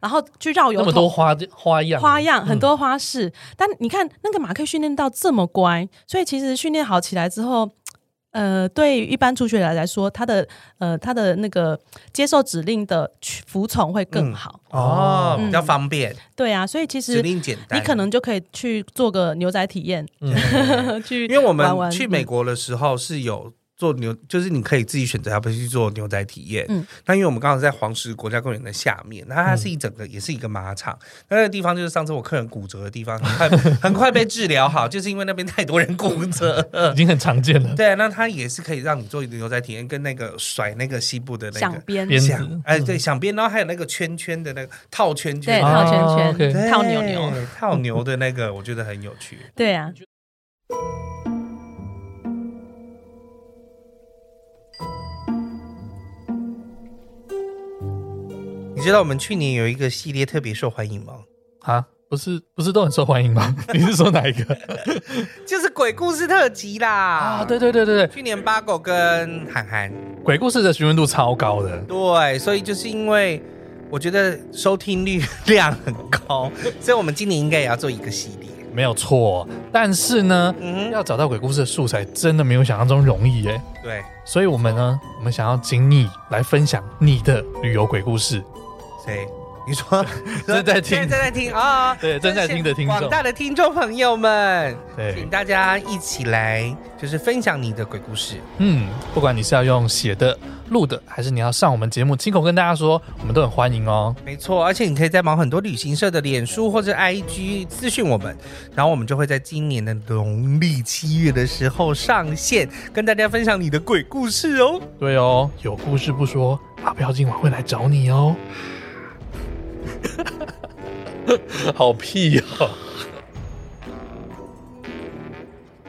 S1: 然后去绕油
S2: 那
S1: 桶，
S2: 么多花花样
S1: 花样，
S2: 嗯
S1: 很多花式。但你看那个马可以训练到这么乖，所以其实训练好起来之后。呃，对于一般初学者来说，他的呃他的那个接受指令的去服从会更好，
S3: 哦，
S1: 嗯
S3: 比较方便，
S1: 对啊，所以其
S3: 指
S1: 实
S3: 令简单，
S1: 你可能就可以去做个牛仔体验， 去
S3: 嗯因为我们
S1: 玩玩
S3: 去
S1: 嗯
S3: 美国的时候是有做牛，就是你可以自己选择要不要去做牛仔体验。
S1: 嗯
S3: 那因为我们刚好在黄石国家公园的下面，那它是一整个、也是一个马场，那个地方就是上次我客人骨折的地方，很快 很快被治疗好，就是因为那边太多人骨折。
S2: 已经很常见了，
S3: 对，那它也是可以让你做牛仔体验，跟那个甩那个西部的那
S1: 想
S3: 个
S1: 编
S2: 编鞭
S3: 响
S2: 子，
S3: 哎，对，响鞭，然后还有那个圈圈的那个套圈
S1: 嗯对
S3: 圈，
S1: 套
S2: 啊
S3: 哦
S1: 圈圈、
S2: OK
S1: 套牛牛，
S3: 对，套牛的那个，我 觉得很有趣。
S1: 对啊，
S3: 知道我们去年有一个系列特别受欢迎吗？
S2: 啊，不是不是都很受欢迎吗？你是说哪一个
S3: 就是鬼故事特辑啦。
S2: 啊？对对对对对，
S3: 去年八狗跟涵涵，
S2: 鬼故事的询问度超高的，
S3: 对，所以就是因为我觉得收听率量很 高，所以我们今年应该也要做一个系列。
S2: 没有错。但是呢，
S3: 嗯哼，
S2: 要找到鬼故事的素材真的没有想象中容易耶。
S3: 对，
S2: 所以我们呢，我们想要请你来分享你的旅游鬼故事。
S3: 谁？你说
S2: 正在听
S3: 现在正在听啊、
S2: 对正在听的听众
S3: 广大的听众朋友们，
S2: 对
S3: 请，大家一起来，就是分享你的鬼故事。
S2: 嗯，不管你是要用写的、录的，还是你要上我们节目亲口跟大家说，我们都很欢迎哦。
S3: 没错，而且你可以在忙很多旅行社的脸书或者 IG 私讯我们，然后我们就会在今年的农历七月的时候上线，跟大家分享你的鬼故事哦。
S2: 对哦，有故事不说，阿飘今晚会来找你哦。 好屁哦！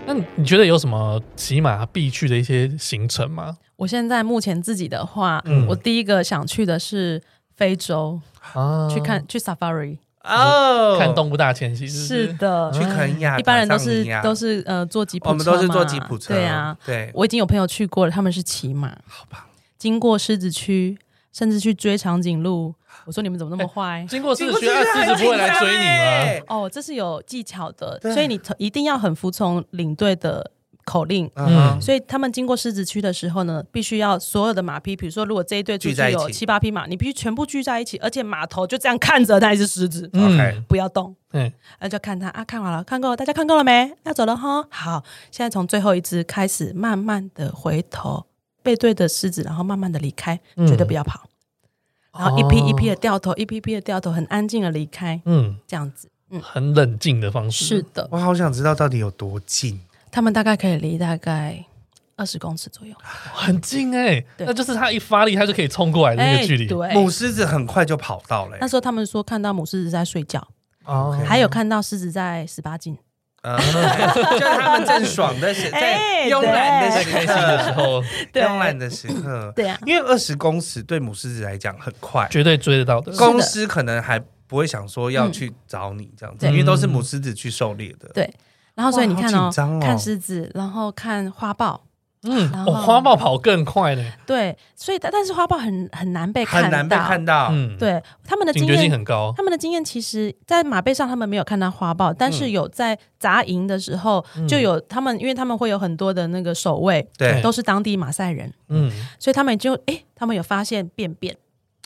S2: 那你觉得有什么骑马必去的一些行程吗？
S1: 我现在目前自己的话，
S2: 嗯
S1: 我第一个想去的是非洲，
S2: 啊，
S1: 去
S3: 嗯
S1: 看去 safari。
S3: 哦，
S2: 看动物大迁徙，
S1: 是
S2: 是不是，
S1: 的，
S3: 去肯亚，
S1: 一般人都
S3: 坦
S1: 是
S3: 桑尼亚
S1: 都是呃坐吉普车
S3: 啊我们都是坐
S1: 嘛
S3: 吉普车，
S1: 对啊，
S3: 对，
S1: 我已经有朋友去过了，他们是骑马，
S3: 好吧。
S1: 经过狮子区，甚至去追长颈鹿。我说你们怎么 那么坏？
S2: 经过四十区，那四十不会来追
S3: 欸
S2: 你吗？
S1: 哦，这是有技巧的，
S3: 对
S1: 所以你一定要很服从领队的口令。
S3: 嗯
S2: 嗯，
S1: 所以他们经过狮子区的时候呢，必须要所有的马匹，比如说如果这一队出
S3: 聚在
S1: 去
S3: 一起
S1: 有七八匹马，你必须全部聚在一起，而且马头就这样看着那一只狮子，
S3: OK
S1: 不要动，
S2: 嗯，
S1: 那就看它啊，看好了，看够了，大家看够了没？要走了哈。好，现在从最后一只开始，慢慢的回头，背对着狮子，然后慢慢的离开，
S2: 嗯
S1: 绝对不要跑。然
S3: 哦
S1: 后一批一批
S2: 的，
S1: 的掉头，一批一批的掉头，很安静的离开，
S2: 嗯，
S1: 这样子。嗯，
S2: 很冷静的方式，
S1: 是的，
S3: 我好想知道到底有多近，
S1: 他们大概可以离大概二十公尺左右，
S2: 很近哎，
S1: 对哎
S2: 那就是他一发力，他就可以冲过来的那个距离，
S1: 对，
S3: 母狮子很快就跑到了、欸
S1: 那时候他们说看到母狮子在睡觉，
S2: 哦
S1: 还有看到狮子在十 八斤。
S3: 嗯就是他们正爽的时，在
S1: 哎
S3: 慵懒的
S1: 对
S3: 时
S2: 开心的时
S3: 刻，
S2: 候，
S3: 慵懒的时刻，
S1: 对啊，
S3: 因为二十公尺对母狮子来讲很快，
S2: 绝对追得到的。
S1: 是的嗯
S3: 公狮可能还不会想说要去找你这样子，
S1: 嗯
S3: 因
S1: 对
S3: 为都是母狮子去狩猎的。
S1: 对然后所以你看
S3: 哇好紧，
S1: 哦
S3: 张哦
S1: 看狮子，然后看花豹，
S2: 嗯，
S1: 然
S2: 哦，
S1: 后
S2: 花豹跑更快呢，
S1: 对，所以但但是花豹很很难被看
S3: 很难被
S1: 到，
S3: 看到。
S2: 嗯，，
S1: 对他们的
S2: 警
S1: 经
S2: 觉性
S1: 验。
S2: 很高，
S1: 他们的经验其实，在马背上他们没有看到花豹，但
S2: 嗯
S1: 是有在杂营的时候，就有他们，因为他们会有很多的那个守卫，
S3: 嗯对
S1: 都是当地马赛人，
S2: 嗯，
S1: 所以他们就诶，他们有发现便便，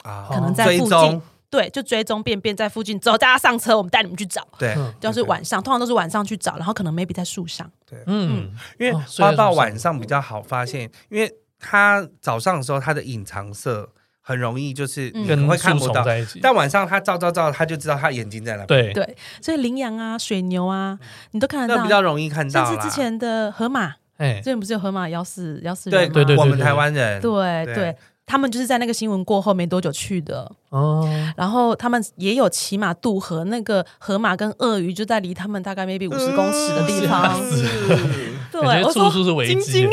S3: 啊
S2: 哦
S1: 可能在
S3: 追
S1: 附
S3: 踪
S1: 近，对，就追踪便便在附近，走，大家上车，我们带你们去找。
S3: 对，
S2: 嗯
S1: 就是晚上，通常都是晚上去找，然后可能 maybe 在树上。
S2: 嗯，
S3: 因为
S2: 哦睡得
S3: 花豹
S2: 很爽
S3: 晚上比较好发现，因为它早上的时候它的隐藏色很容易就是
S1: 嗯
S3: 你可能
S2: 跟
S3: 会看
S2: 树
S3: 不
S2: 丛
S3: 到，
S2: 在一起，
S3: 但晚上它照照照，它就知道它眼睛在哪，
S2: 对，
S1: 对，所以羚羊啊、水牛啊，你都看得
S3: 嗯那
S1: 到。
S3: 比较容易看
S1: 甚
S3: 到
S1: 至
S3: 啦。
S1: 之前的河马，
S2: 哎
S1: 之，前不是有河马咬死咬死人
S3: 对
S1: 吗？
S2: 对对
S3: 我们
S2: 对
S3: 台湾人
S1: 对
S3: 对
S1: 对他们就是在那个新闻过后没多久去的，
S2: 哦，
S1: 然后他们也有骑马渡河，那个河马跟鳄鱼就在离他们大概 maybe 五十公尺的
S3: 呃
S1: 地方。
S3: 嗯
S1: 对，
S2: 感觉
S1: 我
S2: 处
S1: 说
S2: 处是危
S1: 晶
S2: 机
S1: 晶，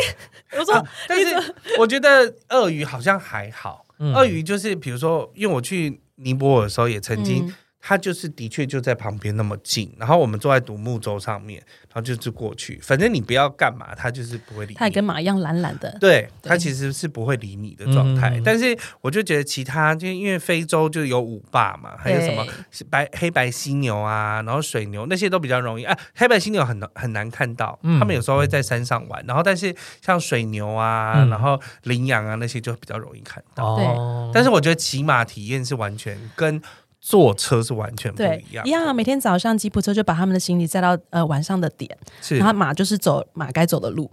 S1: 我说
S3: 但是我觉得鳄鱼好像还好，
S2: 嗯
S3: 鳄鱼就是比如说，因为我去尼泊尔的时候也曾经，
S1: 嗯
S3: 它就是的确就在旁边那么近，然后我们坐在独木舟上面，然后就是过去，反正你不要干嘛，它就是不会理你。
S1: 他也跟马一样懒懒的，
S3: 对，
S1: 对
S3: 它其实是不会理你的状态。
S2: 嗯
S3: 但是我就觉得其他，就因为非洲就有五霸嘛，还有什么
S1: 对
S3: 白黑白犀牛啊，然后水牛那些都比较容易啊。黑白犀牛很难很难看到，
S2: 嗯
S3: 他们有时候会在山上玩，然后但是像水牛啊，
S2: 嗯
S3: 然后羚羊啊那些就比较容易看到。
S2: 哦，
S3: 但是我觉得骑马体验是完全跟坐车是完全不
S1: 对
S3: 一样，
S1: 一样啊。每天早上吉普车就把他们的行李载到呃晚上的点，
S3: 是
S1: 然，后马就是走马该走的路，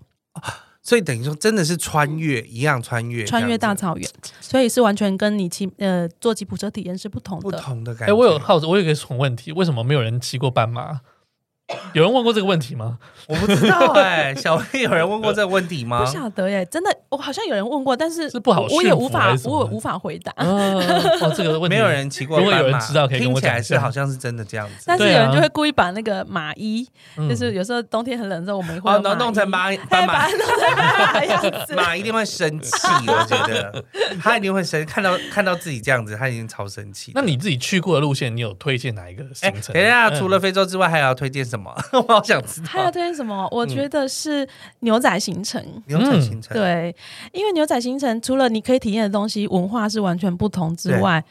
S3: 所以等于说真的是穿越一样穿越，
S1: 穿越大
S3: 这样子
S1: 草原，所以是完全跟你骑呃坐吉普车体验是不同
S3: 不
S1: 的。
S3: 同的感
S2: 哎，
S3: 觉。
S2: 我有好，我有一个蠢问题，为什么没有人骑过斑马？有人问过这个问题吗？
S3: 我不知道哎、小薇有人问过这个问题吗
S1: 不？晓得耶，真的，我好像有人问过，但是
S2: 是不好
S1: 我我也
S2: 驯服
S1: 无法
S2: 还是，什么
S1: 我也无法回答。
S2: 啊， 哦，这个问题
S3: 没有人骑过
S2: 如
S3: 斑
S2: 果
S3: 马，
S2: 有人知道可以跟
S3: 听
S2: 我
S3: 起
S2: 讲
S3: 来
S2: 一
S3: 是
S2: 下
S3: 好像是真的这样子。哦
S1: 但是有
S2: 对啊
S1: 人就会故意把那个马衣，
S2: 嗯
S1: 就是有时候冬天很冷的时候，我们也会
S3: 哦
S1: 有，
S3: 然后
S1: 马
S3: 弄成
S1: 衣，
S3: 马
S1: 哎
S3: 斑马
S1: 把它弄成斑马的样 子。
S3: 马一定会生气，我觉得 他一定会生，看到看到自己这样子，他已经超生气。
S2: 那你自己去过的路线，你有推荐哪一个
S3: 哎，
S2: 行程？
S3: 等一下，
S2: 嗯
S3: 除了非洲之外，还要推荐什么？ 我好想知
S1: 还有
S3: 道。
S1: 推荐什么？我觉得是牛仔行程。
S3: 牛
S2: 嗯
S3: 仔行程，
S1: 对，因为牛仔行程除了你可以体验的东西文化是完全不同之外，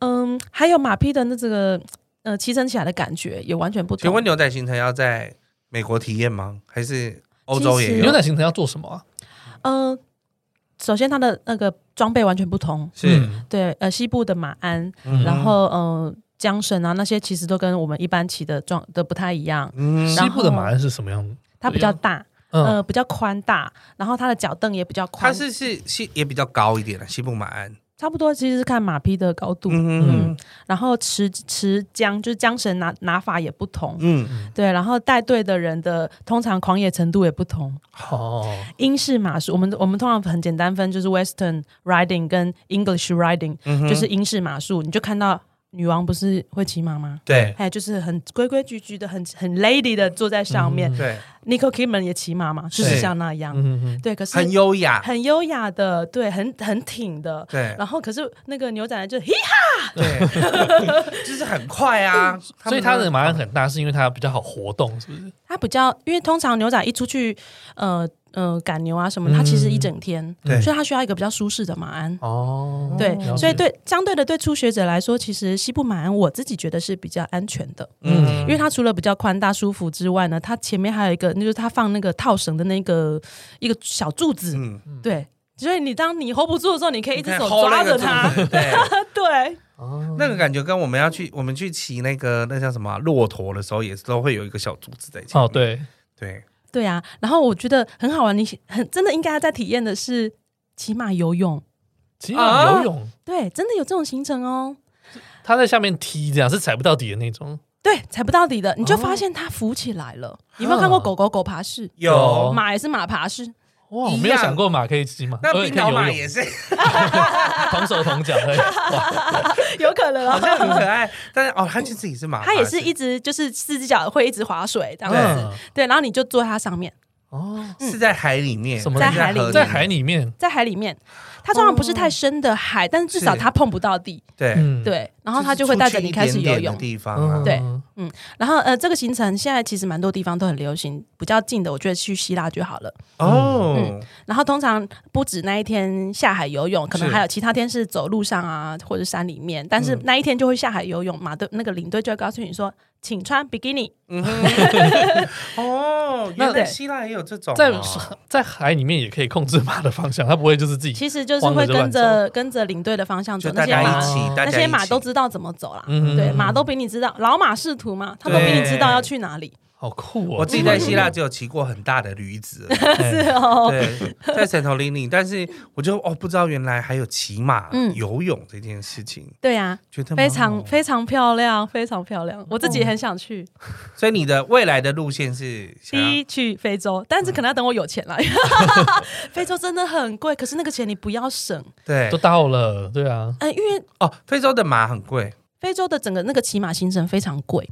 S1: 嗯，还有马匹的那这个呃骑乘起来的感觉也完全不同。
S3: 请问牛仔行程要在美国体验吗？还是欧洲也
S1: 其实
S2: 牛
S3: 有？
S2: 奶行程要做什么啊？
S1: 嗯、首先它的那个装备完全不同，
S3: 是，
S2: 嗯
S1: 对，呃，西部的马鞍，
S2: 嗯
S1: 然后呃缰绳啊那些其实都跟我们一般骑的装的不太一样，
S3: 嗯
S1: 然
S2: 西部的马鞍是什么样的？
S1: 它比较大，
S2: 嗯，
S1: 呃，比较宽大，然后它的脚凳也比较宽，
S3: 它是是西也比较高一点的西部马鞍。
S1: 差不多其实是看马匹的高度，
S3: 嗯
S1: 然后持持缰就是缰绳拿拿法也不同，
S3: 嗯，
S1: 对，然后带队的人的通常狂野程度也不同。
S2: 哦，
S1: 英式马术，我们我们通常很简单分，就是 Western riding 跟 English riding，、就是
S3: 嗯
S1: 英式马术。你就看到女王不是会骑马吗？
S3: 对
S1: 还有哎就是很规规矩矩的，很很 lady 的坐在上面。
S3: 对，
S1: Nicole Kidman 也骑马嘛，就是像那样。
S2: 嗯嗯
S1: 对，可是
S3: 很优雅。
S1: 很优雅的，对，很很挺的。
S3: 对
S1: 然后可是那个牛仔男就嘿，
S3: 对，就是很快啊。
S2: 嗯，所以它的马鞍很大，是因为它比较好活动，是不是？
S1: 他比较，因为通常牛仔一出去，呃呃赶牛啊什么，他其实一整天，
S3: 对
S1: 所以他需要一个比较舒适的马鞍。
S2: 哦，
S1: 对
S2: 了，解
S1: 所以对相对的对初学者来说，其实西部马鞍我自己觉得是比较安全的，
S3: 嗯
S1: 因为它除了比较宽大舒服之外呢，它前面还有一个，那就是它放那个套绳的那个一个小柱子，
S3: 嗯，
S1: 对，所以你当你 hold 不住的时候，你可以一只
S3: 你
S1: 手
S3: 可以 hold
S1: 抓着它
S3: 那，个对，
S1: 对，
S2: 哦
S3: 那个感觉跟我们要去我们去骑那个那叫什么啊骆驼的时候，也是都会有一个小竹子在前面。
S2: 哦，对，
S3: 对，
S1: 对啊，然后我觉得很好玩，你很真的应该在体验的是骑马游泳，
S2: 骑马游
S3: 啊
S2: 泳，
S1: 对，真的有这种行程哦。
S2: 它在下面踢，这样是踩不到底的那种。
S1: 对，踩不到底的，你就发现它浮起来了。你有没有看过狗狗狗爬式？
S2: 有哦
S1: 马也是马爬式，
S3: 一
S2: 哇，我
S3: 样
S2: 没有想过马可以骑马，
S3: 那
S2: 呃
S3: 冰岛马
S2: 可以游泳
S3: 也是
S2: 同手同脚， 对哇
S1: 有可能
S3: 好
S1: 啊。
S3: 像很可爱，但是哦，它就自己是马，
S1: 它也是一直就是四只脚会一直划水这样
S3: 对
S1: 子，对，然后你就坐在它上面，
S2: 哦，
S3: 是在海里面，
S2: 什么
S1: 在海里
S3: 河
S1: 面
S2: 在海里面，
S1: 在海里面，它通常不是太深的海，哦但是至少
S3: 是
S1: 它碰不到地，
S3: 对，
S2: 嗯，
S1: 对，然后它就会带着你开始
S3: 就是出去一点
S1: 游
S3: 点
S1: 泳
S3: 的。地方啊
S2: 嗯，，
S1: 对然后呃，这个行程现在其实蛮多地方都很流行，比较近的我觉得去希腊就好了。
S3: 哦，
S1: 然后通常不止那一天下海游泳，可能
S3: 是
S1: 还有其他天是走路上啊，或者山里面。但是那一天就会下海游泳嘛，对，那个领队就会告诉你说，请穿比基尼。
S3: 嗯哼， 哦，原来
S1: 对
S3: 希腊也有这种哦，
S2: 在在海里面也可以控制马的方向，它不会就是自己，
S1: 其实就是会跟着跟着领队的方向走
S3: 就，大
S1: 那些
S3: 家一
S1: 马
S3: 起，大家
S1: 那
S3: 一起
S1: 些马都知道怎么走啦。
S2: 嗯
S1: 对，马都比你知道，老马识途嘛，他都比你知道要去哪里。
S2: 好酷哦！
S3: 我自己在希腊只有骑过很大的驴子而已，
S2: 哎
S1: 是哦，
S3: 对，在神头林里，但是我就哦，不知道原来还有骑马、
S1: 嗯
S3: 游泳这件事情，
S1: 对呀，
S3: 觉得蛮
S1: 非
S3: 好
S1: 常
S3: 的。
S1: 非常漂亮，非常漂亮，我自己也很想去。
S3: 所以你的未来的路线是想
S1: 第
S3: 要
S1: 一去非洲，但是可能要等我有钱 来。非洲真的很贵，可是那个钱你不要省，
S3: 对
S2: 都到了，对啊，
S1: 嗯、因为
S3: 哦，非洲的马很贵，
S1: 非洲的整个那个骑马行程非常贵。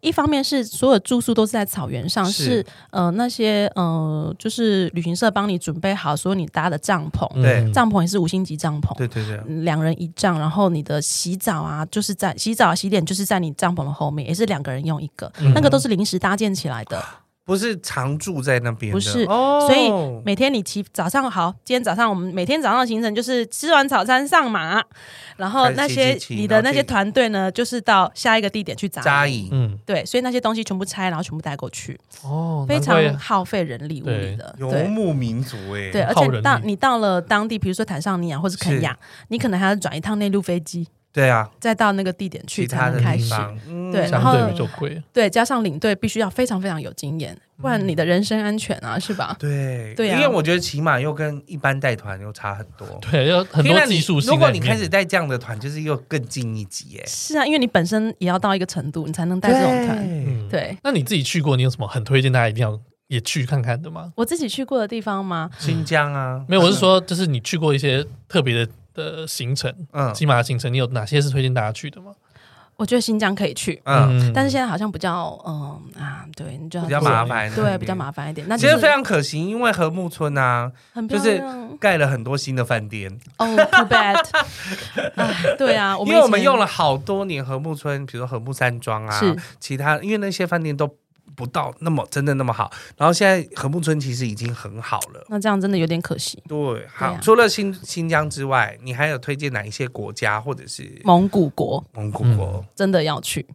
S1: 一方面是所有住宿都是在草原上，
S3: 是
S1: 是呃那些呃就是旅行社帮你准备好所有你搭的帐篷，
S3: 对
S2: 嗯
S1: 帐篷也是五星级帐篷。
S3: 对啊对对，
S1: 嗯两人一帐，然后你的洗澡啊，就是在洗澡、洗脸，就是在你帐篷的后面，也是两个人用一个，
S3: 嗯
S1: 那个都是临时搭建起来的。
S3: 不是常住在那边的，
S1: 不是
S3: 哦
S1: 所以每天你骑早上好，今天早上我们每天早上的行程就是吃完早餐上马，然后
S3: 开始
S1: 那些
S3: 骑骑骑
S1: 你的
S3: 然后
S1: 那些
S3: 去
S1: 团队呢，就是到下一个地点去扎
S3: 扎
S1: 营。
S3: 营，
S2: 嗯，
S1: 对，所以那些东西全部拆，然后全部带过去，
S2: 哦，
S1: 非
S2: 难
S1: 常
S2: 怪
S1: 耗费人力物力
S2: 对
S1: 的。
S3: 游
S1: 对
S3: 牧民族哎，
S1: 对，而
S2: 耗人
S1: 且到
S2: 力
S1: 你到了当地，比如说坦桑尼亚或者肯亚，你可能还要转一趟内陆飞机，
S3: 对啊，
S1: 再到那个地点去
S3: 其
S1: 才
S3: 他的
S1: 能开
S3: 地
S1: 始。
S3: 方，嗯
S1: 对然
S2: 相
S1: 后
S2: 对于就贵。
S1: 对，加上领队必须要非常非常有经验，不然你的人身安全啊，是
S3: 嗯
S1: 吧？
S3: 对
S1: 对啊
S3: 因为我觉得骑马又跟一般带团又差很多。
S2: 对，要很
S3: 天
S2: 多
S3: 啊
S2: 技术
S3: 你
S2: 性
S3: 如果
S2: 在里面。
S3: 你开始带这样的团，就是又更进一级哎耶。
S1: 是啊，因为你本身也要到一个程度，你才能带这种团。
S3: 对
S2: 嗯，
S1: 对
S2: 那你自己去过，你有什么很推荐大家一定要也去看看的吗？
S1: 我自己去过的地方吗？
S3: 新疆啊，
S2: 没有，我是说，就是你去过一些特别的的行程，
S3: 嗯
S2: 骑马的行程，你有哪些是推荐大家去的吗？
S1: 我觉得新疆可以去，
S3: 嗯，
S1: 但是现在好像比较嗯啊，对，你就
S3: 比较麻烦，
S1: 对比较。麻烦一点。那
S3: 其
S1: 就
S3: 实非
S1: 是
S3: 常可惜，因为禾木村啊
S1: 很漂
S3: 就是
S1: 亮
S3: 盖了很多新的饭店，
S1: 哦，too bad。哎， 对啊，我
S3: 因
S1: 们
S3: 为
S1: 以
S3: 我们
S1: 前
S3: 用了好多年禾木村，比如说禾木山庄啊
S1: 是，
S3: 其他因为那些饭店都不到那么真的那么好，然后现在禾木村其实已经很好了。
S1: 那这样真的有点可惜。
S3: 对，好，
S1: 对啊
S3: 除了新新疆之外，你还有推荐哪一些国家或者是
S1: 蒙古国
S3: 蒙古国？
S1: 真的要去，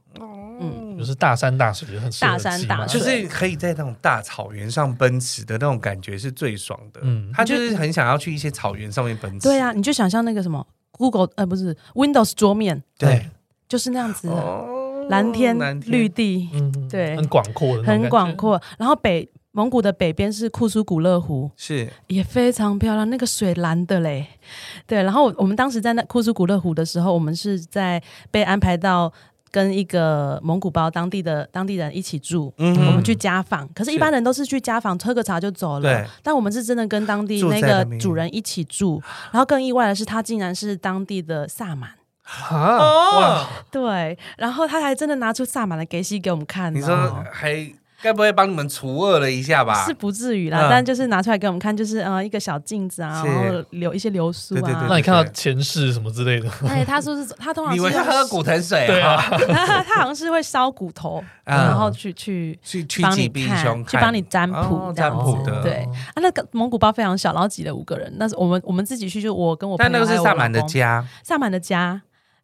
S2: 就是大山大水，就很适合
S1: 大山
S2: 骑
S1: 大
S2: 马
S1: 水
S3: 就是可以在那种大草原上奔驰的那种感觉是最爽的。
S2: 嗯
S3: 他就是很想要去一些草原上面奔驰。
S1: 对啊，你就想象那个什么 Google 呃不是 Windows 桌面
S2: 哎
S3: 对，
S1: 就是那样子的，
S3: 哦
S1: 蓝天
S3: 蓝天
S1: 绿地，
S2: 嗯，
S1: 对
S2: 很广阔的那种感觉，
S1: 很广阔。然后北蒙古的北边是库苏古勒湖，
S3: 是
S1: 也非常漂亮，那个水蓝的嘞。对，然后我们当时在那库苏古勒湖的时候，我们是在被安排到跟一个蒙古包当地的当地人一起住。
S3: 嗯
S1: 我
S3: 哼
S1: 们去家访，可是，一般人都是去家访喝个茶就走了
S3: 对。
S1: 但我们是真的跟当地
S3: 住在
S1: 那个
S3: 那边
S1: 主人一起住，然后更意外的是，他竟然是当地的萨满。
S2: 啊，哇，
S3: 哦，
S1: 对，然后他还真的拿出萨满的给西给我们看、哦。
S3: 你说还该不会帮你们除恶了一下吧
S1: 是？不至于啦，
S3: 嗯
S1: 但就是拿出来给我们看，就是呃一个小镜子啊，
S3: 是
S1: 然后流一些流苏
S3: 对对对
S1: 啊
S2: 那。你看到前世什么之 类的，
S1: 哎，他说是他通常
S3: 你以
S1: 是
S3: 为他
S1: 用
S3: 喝骨藤水
S2: 对
S3: 啊？
S2: 啊，
S1: 他他好像是会烧骨头，
S3: 嗯
S1: 然后去去
S3: 去去
S1: 帮
S3: 击
S1: 你
S3: 避
S1: 看
S3: 凶，
S1: 去帮你占卜
S3: 哦
S1: 这样
S3: 占卜
S1: 子
S3: 的
S1: 对啊，那个蒙古包非常小，然后挤了五个人，那是我们我们自己去，就我跟我朋
S3: 但
S1: 友
S3: 那个
S1: 还
S3: 是
S1: 有
S3: 萨
S1: 我
S3: 满的
S1: 老公，
S3: 家，
S1: 萨满的家，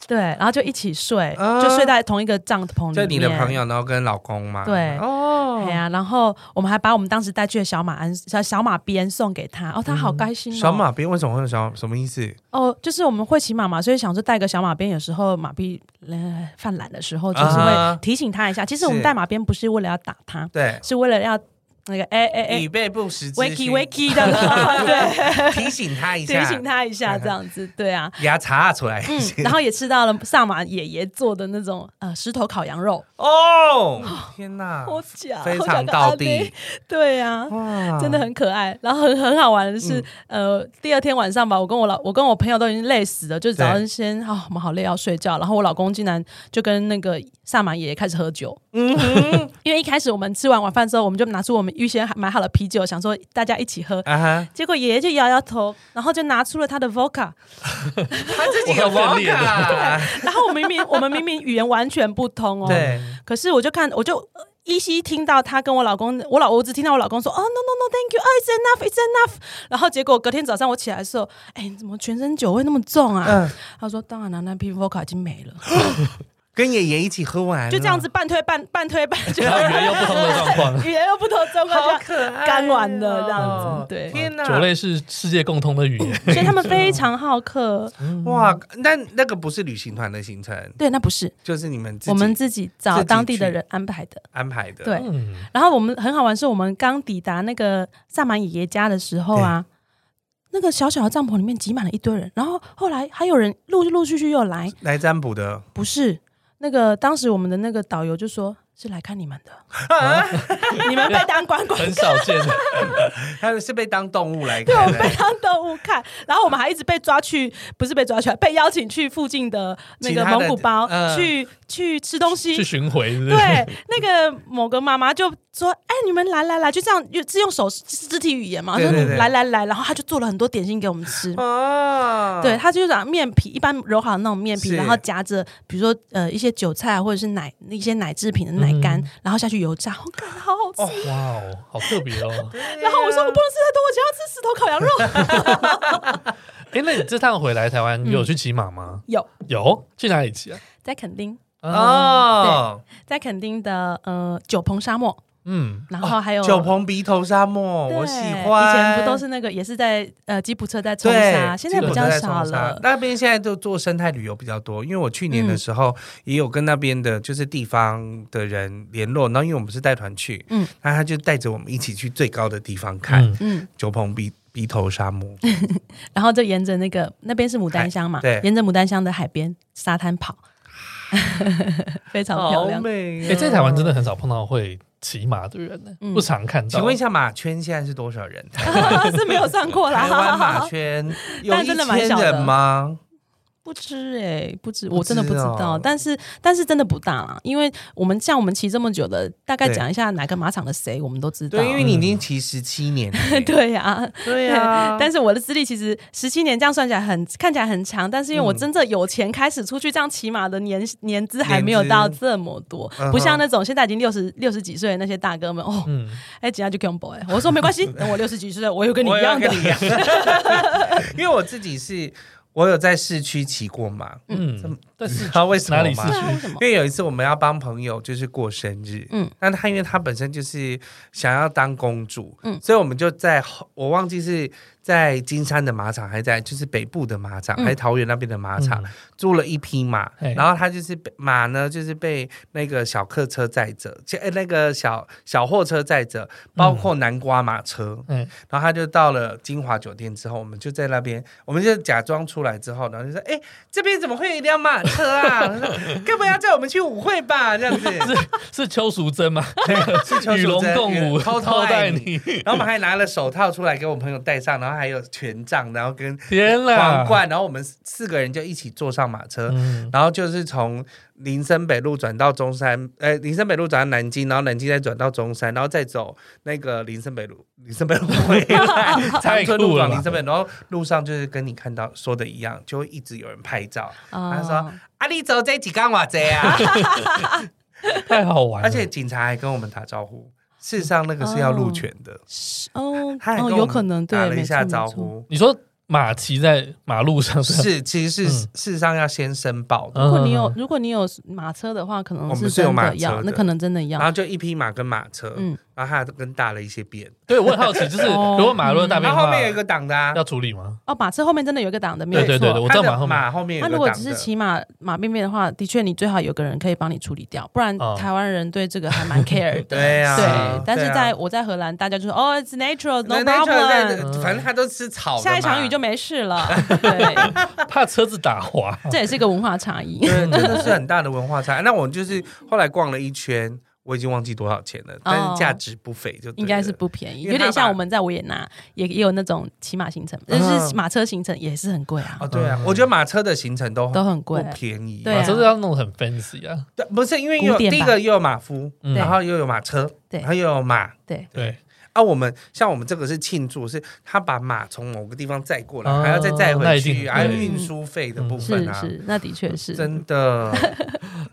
S1: 对，然后就一起睡，
S3: 啊
S1: 就睡在同一个帐篷里
S3: 就
S1: 面。
S3: 你的朋友，然后跟老公嘛。
S1: 对
S3: 哦
S1: 哎，呀，然后我们还把我们当时带去的小马鞍、小小马鞭送给他，哦，他好开心哦。
S3: 嗯小马兵为什么会有小什么意思？
S1: 哦，就是我们会骑马嘛，所以想说带个小马鞭，有时候马匹呃犯懒的时候，就是
S3: 啊
S1: 会提醒他一下。其实我们
S3: 是
S1: 带马鞭不是为了要打他，
S3: 对，
S1: 是为了要那个哎哎哎
S3: 以备不时之需
S1: ，wiki wiki 的，对，
S3: 提醒他嗯一下，
S1: 提醒他一下这样子，对啊。
S3: 牙查出来。
S1: 嗯，然后也吃到了萨马爷爷做的那种呃石头烤羊肉，
S3: 哦，天哪，
S1: 好假，
S3: 啊非
S1: 好假
S3: 常
S1: 的
S3: 到
S1: 阿
S3: 地
S1: 妹，对啊，
S3: 哇
S1: 真的很可爱。然后很很好玩的是，呃，第二天晚上吧，我跟我老我跟我朋友都已经累死了，就是早上先啊、我们好累要睡觉。然后我老公竟然就跟那个萨满爷爷开始喝酒， 因为一开始我们吃完晚饭之后，我们就拿出我们预先买好了啤酒，想说大家一起喝。
S3: 啊哈，
S1: 结果爷爷就摇摇头，然后就拿出了他的 vodka，
S3: 他自己
S2: 我
S3: 有
S2: 喝更烈的
S3: vodka
S1: 然后我明明我们明明语言完全不通哦，
S3: 对，
S1: 可是我就看，我就呃依稀听到他跟我老公，我老我只听到我老公说：“哦、n o no no，thank you，oh, it's enough，it's enough。”然后结果隔天早上我起来的时候，哎，你怎么全身酒味那么重啊？
S3: 嗯，哎
S1: 他说：“当然了，那批 vodka 已经没了，
S3: 跟爷爷一起喝完了，
S1: 就这样子半推半半推半 就。
S2: 然后语言又不同的状 况
S1: 语言又不同，状况就
S3: 可爱
S1: 干完
S3: 哦
S1: 了这样子，对。
S3: 天哪，
S2: 酒类是世界共通的语 言，
S1: 所以他们非常好客，
S3: 哇，那那个不是旅行团的行程，
S1: 对，那不是
S3: 就是你们自己
S1: 我们自己找
S3: 自己
S1: 当地的
S3: 去
S1: 人安排的，
S3: 安排的，
S1: 对。
S2: 嗯，
S1: 然后我们很好玩，是我们刚抵达那个萨满爷爷家的时候啊，那个小小的帐篷里面挤满了一堆人，然后后来还有人陆陆续续又来，
S3: 来占卜的，
S1: 不是那个当时我们的那个导游就说。是来看你们 的，你们被当观 光，
S2: 很少见。
S3: 他们是被当动物来
S1: 对，我
S3: 看
S1: 们被
S3: 的，
S1: 当动物看，然后我们还一直被抓去，不是被抓去，被邀请去附近的那
S3: 其
S1: 个
S3: 他的
S1: 蒙古包
S3: 嗯
S1: 去去吃东西，
S2: 去巡回，是不是？
S1: 对，那个某个妈妈就说：“哎、你们来来来，就这样，就是用手是肢体语言嘛，
S3: 对对
S1: 说你
S3: 对
S1: 来来来，然后她就做了很多点心给我 们吃。
S3: 哦，
S1: 对，，她就是把面皮，一般揉好的那种面皮，
S3: 是
S1: 然后夹着比如说呃一些韭菜啊或者是奶一些奶制品的奶干，
S3: 嗯
S1: 然后下去油炸，我感觉好好吃。
S2: 哇哦，好特别哦！
S1: 然后我说我不能吃太多，我想要吃石头烤羊
S3: 哦
S1: 肉。
S2: 哎，那你这趟回来台
S3: 嗯
S2: 湾有去骑马吗？
S1: 有
S2: 有，去哪里骑啊？
S1: 在垦丁，
S3: 哎
S2: 哦，
S3: 哦，
S1: 在垦丁的呃九鹏沙漠，
S2: 嗯，
S1: 然后还有
S3: 九鹏鼻头沙漠，
S1: 对
S3: 哦我喜欢。
S1: 以前不都是那个，也是在呃吉普车在冲
S3: 对
S1: 沙，，现在比
S3: 基
S1: 较
S3: 本都在
S1: 少
S3: 冲沙
S1: 了。嗯
S3: 那边现在都做生态旅游比较多，因为我去年的时候也有跟那边的就是地方的人联络，然后因为我们是带团去，嗯
S1: 嗯，
S3: 那他就带着我们一起去最高的地方看、
S2: 嗯，
S1: 嗯，
S3: 九鹏鼻鼻头沙漠，
S1: 然后就沿着那个那边是牡丹乡嘛，
S3: 海对
S1: 沿着牡丹乡的海边沙滩跑， 非常 漂
S3: 好
S1: 亮。
S3: 美、
S2: 哎、
S3: 啊！
S2: 在台湾真的很少碰到会骑马的人呢、
S1: 嗯
S2: 不常看到。
S3: 请问一下，马圈现在是多少人？
S1: 是没有上过啦，
S3: 台湾马圈有
S1: 但
S3: 一
S1: 真的蛮
S3: 千
S1: 小的
S3: 人吗？
S1: 不知哎、不知，
S3: 不
S1: 我真的
S3: 知
S1: 不知道。
S3: 哦
S1: 但是但是真的不大啦，因为我们像我们骑这么久的，大概
S3: 对
S1: 讲一下哪个马场的谁，我们都知道
S3: 对，。因为你已经骑十七年了耶，
S1: 对呀、
S3: 对啊，
S1: 但是我的资历其实十七年这样算起来很看起来很长，但是因为我
S3: 嗯
S1: 真正有钱开始出去这样骑马的年年资还没有
S3: 年资
S1: 到这么多
S3: 嗯，哼
S1: 不像那种现在已经六十六十几岁的那些大哥们哦，
S2: 嗯，
S1: 哎，今天就 combo 哎，我说 没关系，等我六十几岁，我有跟你
S3: 我
S1: 一
S3: 也要
S1: 样的
S3: 跟，你一样， 因为我自己是，我有在市区骑过马，
S2: 嗯，但
S3: 你
S2: 是
S3: 知道为什
S2: 哪
S3: 么
S2: 里市
S1: 对
S3: 吗？
S1: 啊，为什么
S3: 因？为有一次我们要帮朋友就是过生日，嗯
S1: 嗯，
S3: 那他因为他本身就是想要当公主，嗯
S1: 嗯，
S3: 所以我们就在后我忘记是在金山的马场，还在就是北部的马场，
S1: 嗯
S3: 还是桃园那边的马场，租了一匹马，
S2: 嘿
S3: 然后他就是被马呢，就是被那个小客车载着，就、哎那个小小货车载着，包括南瓜马车，嗯
S2: 嗯，
S3: 然后他就到了金华酒店之后，我们就在那边，我们就假装出来之后，然后就说，哎、这边怎么会有一辆马车啊？ 他说干嘛要载我们去舞会吧？这样子。
S2: 是邱淑 贞吗？
S3: 是邱淑贞
S2: 与龙共舞，
S3: 偷偷
S2: 偷
S3: 爱
S2: 带
S3: 你
S2: 你。
S3: 然后我们还拿了手套出来给我朋友戴上，然后还有权杖，然后跟
S2: 天啦！
S3: 皇冠，然后我们四个人就一起坐上马车，
S2: 嗯，
S3: 然后就是从林森北路转到中山，呃，林森北路转到南京，然后南京再转到中山，然后再走那个林森北路，林森北路回 来，长
S2: 太
S3: 春路
S2: 酷了
S3: 往
S2: 吧
S3: 林森北路，然后路上就是跟你看到说的一样，就会一直有人拍照。
S1: 啊
S3: 他说：“啊，你走这几干瓦贼 啊
S2: 太好！”玩了。
S3: 而且警察还跟我们打招呼。事实上，那个是要路权的，
S1: 哦
S3: 他还跟
S1: 哦，
S3: 我们
S1: 有可能对
S3: 打，了一
S1: 没
S3: 下
S1: 错没
S3: 招
S1: 错。
S3: 呼。
S2: 你说马骑在马路上，
S3: 是，其实是、
S2: 嗯
S3: 事实上要先申报的，
S2: 嗯
S1: 如果你有如果你有马车的话，可能
S3: 我们是有
S1: 真
S3: 马
S1: 的
S3: 车
S1: 要，那
S3: 的啊
S1: 可能真的
S3: 然
S1: 要。
S3: 后就一匹马跟马车，
S1: 嗯
S3: 然后他跟大了一些便，
S2: 对我很好奇，就是
S1: 哦
S2: 如果马路大
S3: 然
S2: 便的
S3: 后后
S2: 话，
S3: 面有一个挡的、啊，
S2: 要处理吗？
S1: 哦，马车后面真的有一个挡哦的，没有
S2: 对对对对，
S1: 错。
S2: 我知道
S3: 它的
S2: 马后面。
S3: 马后面有
S1: 那
S3: 一个
S1: 如果
S3: 挡
S1: 只是
S3: 的
S1: 骑马马便便的话，的确你最好有个人可以帮你处理掉，不然
S2: 哦
S1: 台湾人对这个还蛮 care 的。
S3: 对呀、
S1: 对，但是
S3: 对啊
S1: 在我在荷兰，大家就说哦，it's natural，no
S3: 那那就
S1: problem，
S3: 那反正他都吃草的嘛，
S1: 嗯下一场雨就没事了。对，
S2: 怕车子打滑。
S1: 这也是一个文化差异
S3: 对。真
S2: 嗯
S3: 的是很大的文化差。那我就是后来逛了一圈，我已经忘记多少钱了，但是价值不菲就对了，
S1: 哦应该是不便宜，
S3: 因为
S1: 有
S3: 他
S1: 点
S3: 把
S1: 像我们在维也纳也也有那种骑马行程，就
S3: 嗯
S1: 是马车行程也是很贵啊
S3: 哦，，对啊，
S2: 嗯
S3: 我觉得马车的行程都
S1: 都很
S3: 不
S1: 贵。
S3: 便宜，
S1: 对啊
S2: 马车是要弄得很 fancy 啊，
S3: 对不是因为有
S1: 古典
S3: 第
S1: 吧
S3: 一个又有马夫，
S2: 嗯
S3: 然后又有马车，
S1: 对
S3: 然后又有马。
S1: 对，
S2: 对，
S3: 啊，我们像我们这个是庆祝，是他把马从某个地方载过来，
S2: 哦
S3: 还要再载
S2: 那
S3: 回
S2: 一定嗯
S3: 去，
S2: 很
S3: 还有
S1: 贵
S3: 运输费的部分
S1: 是
S3: 啊，
S1: 是，那的确是。
S3: 真的。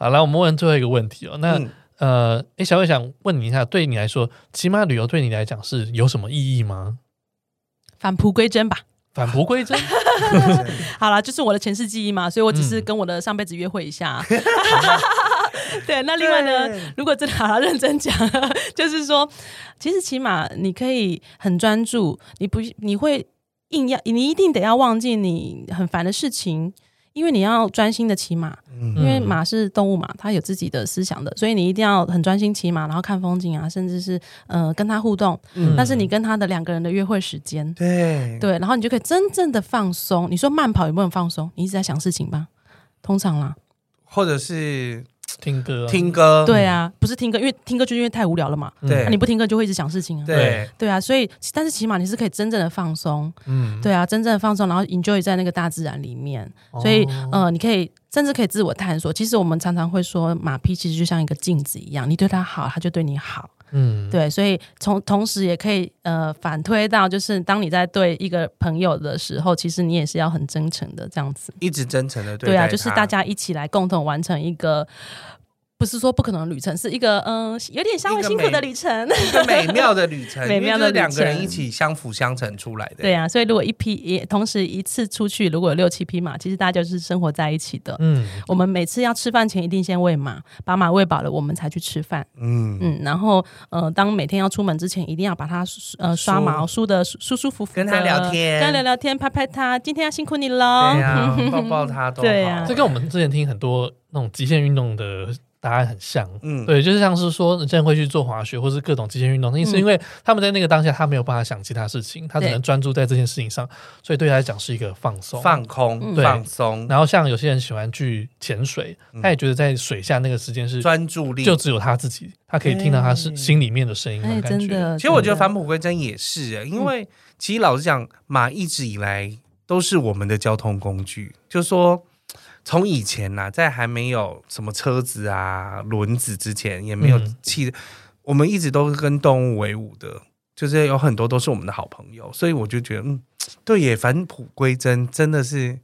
S2: 好了，我们问最后一个问题哦。 那、
S3: 嗯
S2: 呃，诶，小伟想问你一下，对你来说，骑马旅游对你来讲是有什么意义吗？
S1: 返璞归真吧。
S2: 返璞归真，
S1: 好啦，就是我的前世记忆嘛，所以我只是
S2: 嗯
S1: 跟我的上辈子约会 一下。 对，那另外呢
S3: 对，
S1: 如果真的好啦认真讲，就是说，其实起码你可以很专注，你不你会硬要，你一定得要忘记你很烦的事情。因为你要专心的骑马，
S2: 嗯
S1: 因为马是动物嘛，它有自己的思想的，所以你一定要很专心骑马，然后看风景啊，甚至是呃跟它互动。
S2: 嗯
S1: 那是你跟它的两个人的约会时间，
S3: 对，
S1: 对，然后你就可以真正的放松。你说慢跑有没有很放松？你一直在想事情吧，通常啦。
S3: 或者是
S2: 听歌、啊，
S3: 听歌，
S1: 对啊，不是听歌，因为听歌就因为太无聊了嘛。
S2: 嗯
S3: 对
S1: 那、你不听歌就会一直想事情啊。
S3: 对，
S1: 对啊，所以但是起码你是可以真正的放松，
S2: 嗯，
S1: 对啊，真正的放松，然后 enjoy 在那个大自然里面，所以、
S2: 哦
S1: 呃，你可以甚至可以自我探索。其实我们常常会说，马匹其实就像一个镜子一样，你对它好，它就对你好。
S2: 嗯，
S1: 对，所以从同时也可以呃反推到，就是当你在对一个朋友的时候，其实你也是要很真诚的这样子。
S3: 一直真诚的
S1: 对
S3: 待
S1: 啊，
S3: 他
S1: 就是大，家一起来共同完成一个不是说不可能的旅程，是一个嗯、有点稍微辛苦的旅程。
S3: 一个美妙的旅 程，
S1: 美妙的
S3: 因为就是两个
S1: 旅程
S3: 人一起相辅相成出来的。
S1: 对啊，所以如果一匹也同时一次出去，如果有六七匹马，其实大家就是生活在一起的。
S2: 嗯，
S1: 我们每次要吃饭前一定先喂马，把马喂饱了，我们才去吃饭。
S3: 嗯，
S1: 嗯，然后呃，当每天要出门之前，一定要把它呃刷
S3: 梳
S1: 毛梳的舒舒服服的，
S3: 跟它聊天
S1: 跟它聊聊天，拍拍它，今天要辛苦你
S3: 对啊
S1: 喽。
S3: 呀，抱抱他都
S1: 哦 对
S3: 好
S1: 啊。
S2: 这跟我们之前听很多那种极限运动的答案很像。啊
S3: 嗯，
S2: 对，就是像是说，人家会去做滑雪，或是各种极限运动，那是因为他们在那个当下，他没有办法想其他事情，他只
S1: 对
S2: 能专注在这件事情上，所以对他来讲是一个放松。
S3: 放空、
S1: 嗯
S3: 放松、
S2: 然后像有些人喜欢去潜水，他也觉得在水下那个时间是
S3: 专注力，
S2: 就只有他自己，他可以听到他是
S3: 哎
S2: 心里面的声音
S1: 哎，
S2: 的感
S1: 真
S2: 觉。
S1: 的，
S3: 其实我觉得
S1: 真的嗯
S3: 返璞归真也是耶，因为其实老实讲，马一直以来都是我们的交通工具。就说从以前呐、在还没有什么车子啊、轮子之前，也没有
S2: 嗯
S3: 汽，我们一直都是跟动物为伍的，就是有很多都是我们的好朋友。所以我就觉得，嗯，对耶，返璞归真真的是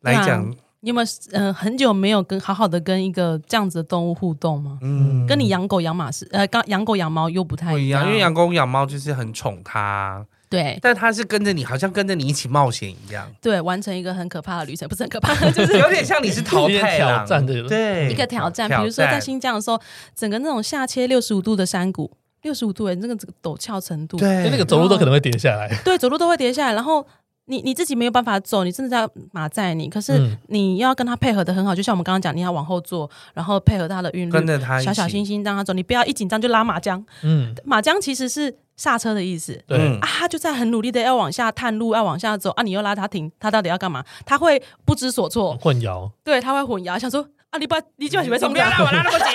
S3: 来讲，
S1: 你有没有呃很久没有跟好好的跟一个这样子的动物互动吗？
S3: 嗯，
S1: 跟你养狗养马是呃，刚养狗养猫又不太
S3: 不一样，
S1: 样，哎
S3: 因为养狗养猫就是很宠它，
S1: 对
S3: 但它是跟着你，好像跟着你一起冒险一样。
S1: 对，完成一个很可怕的旅程，不是很可怕， 就是
S3: 有点像你是淘汰
S2: 一个挑
S3: 狼
S2: 战的
S3: 对
S1: 一个挑战。比
S3: 挑
S1: 如说在
S3: 战
S1: 新疆的时候，整个那种下切六十五度的山谷，六十五度哎，那个这个陡峭程度，
S2: 哎
S3: 对
S2: 那个走路都可能会跌下 来。
S1: 对，走路都会跌下来，然后。你你自己没有办法走，你真的在马载你，可是
S2: 嗯
S1: 你要跟他配合的很好，就像我们刚刚讲，你要往后坐，然后配合他的韵
S3: 跟
S1: 律，
S3: 着他一起
S1: 小小心心让他走，你不要一紧张就拉马缰，
S2: 嗯，
S1: 马缰其实是刹车的意思，
S2: 对，
S3: 嗯
S1: 啊，他就在很努力的要往下探路，要往下走啊，你又拉他停，他到底要干嘛？他会不知所措，
S2: 混淆。
S1: 对，他会混淆，想说啊，你把你就准
S3: 嗯
S1: 备
S3: 你
S1: 怎
S3: 不
S1: 么
S3: 要
S1: 样？
S3: 让我拉那么紧，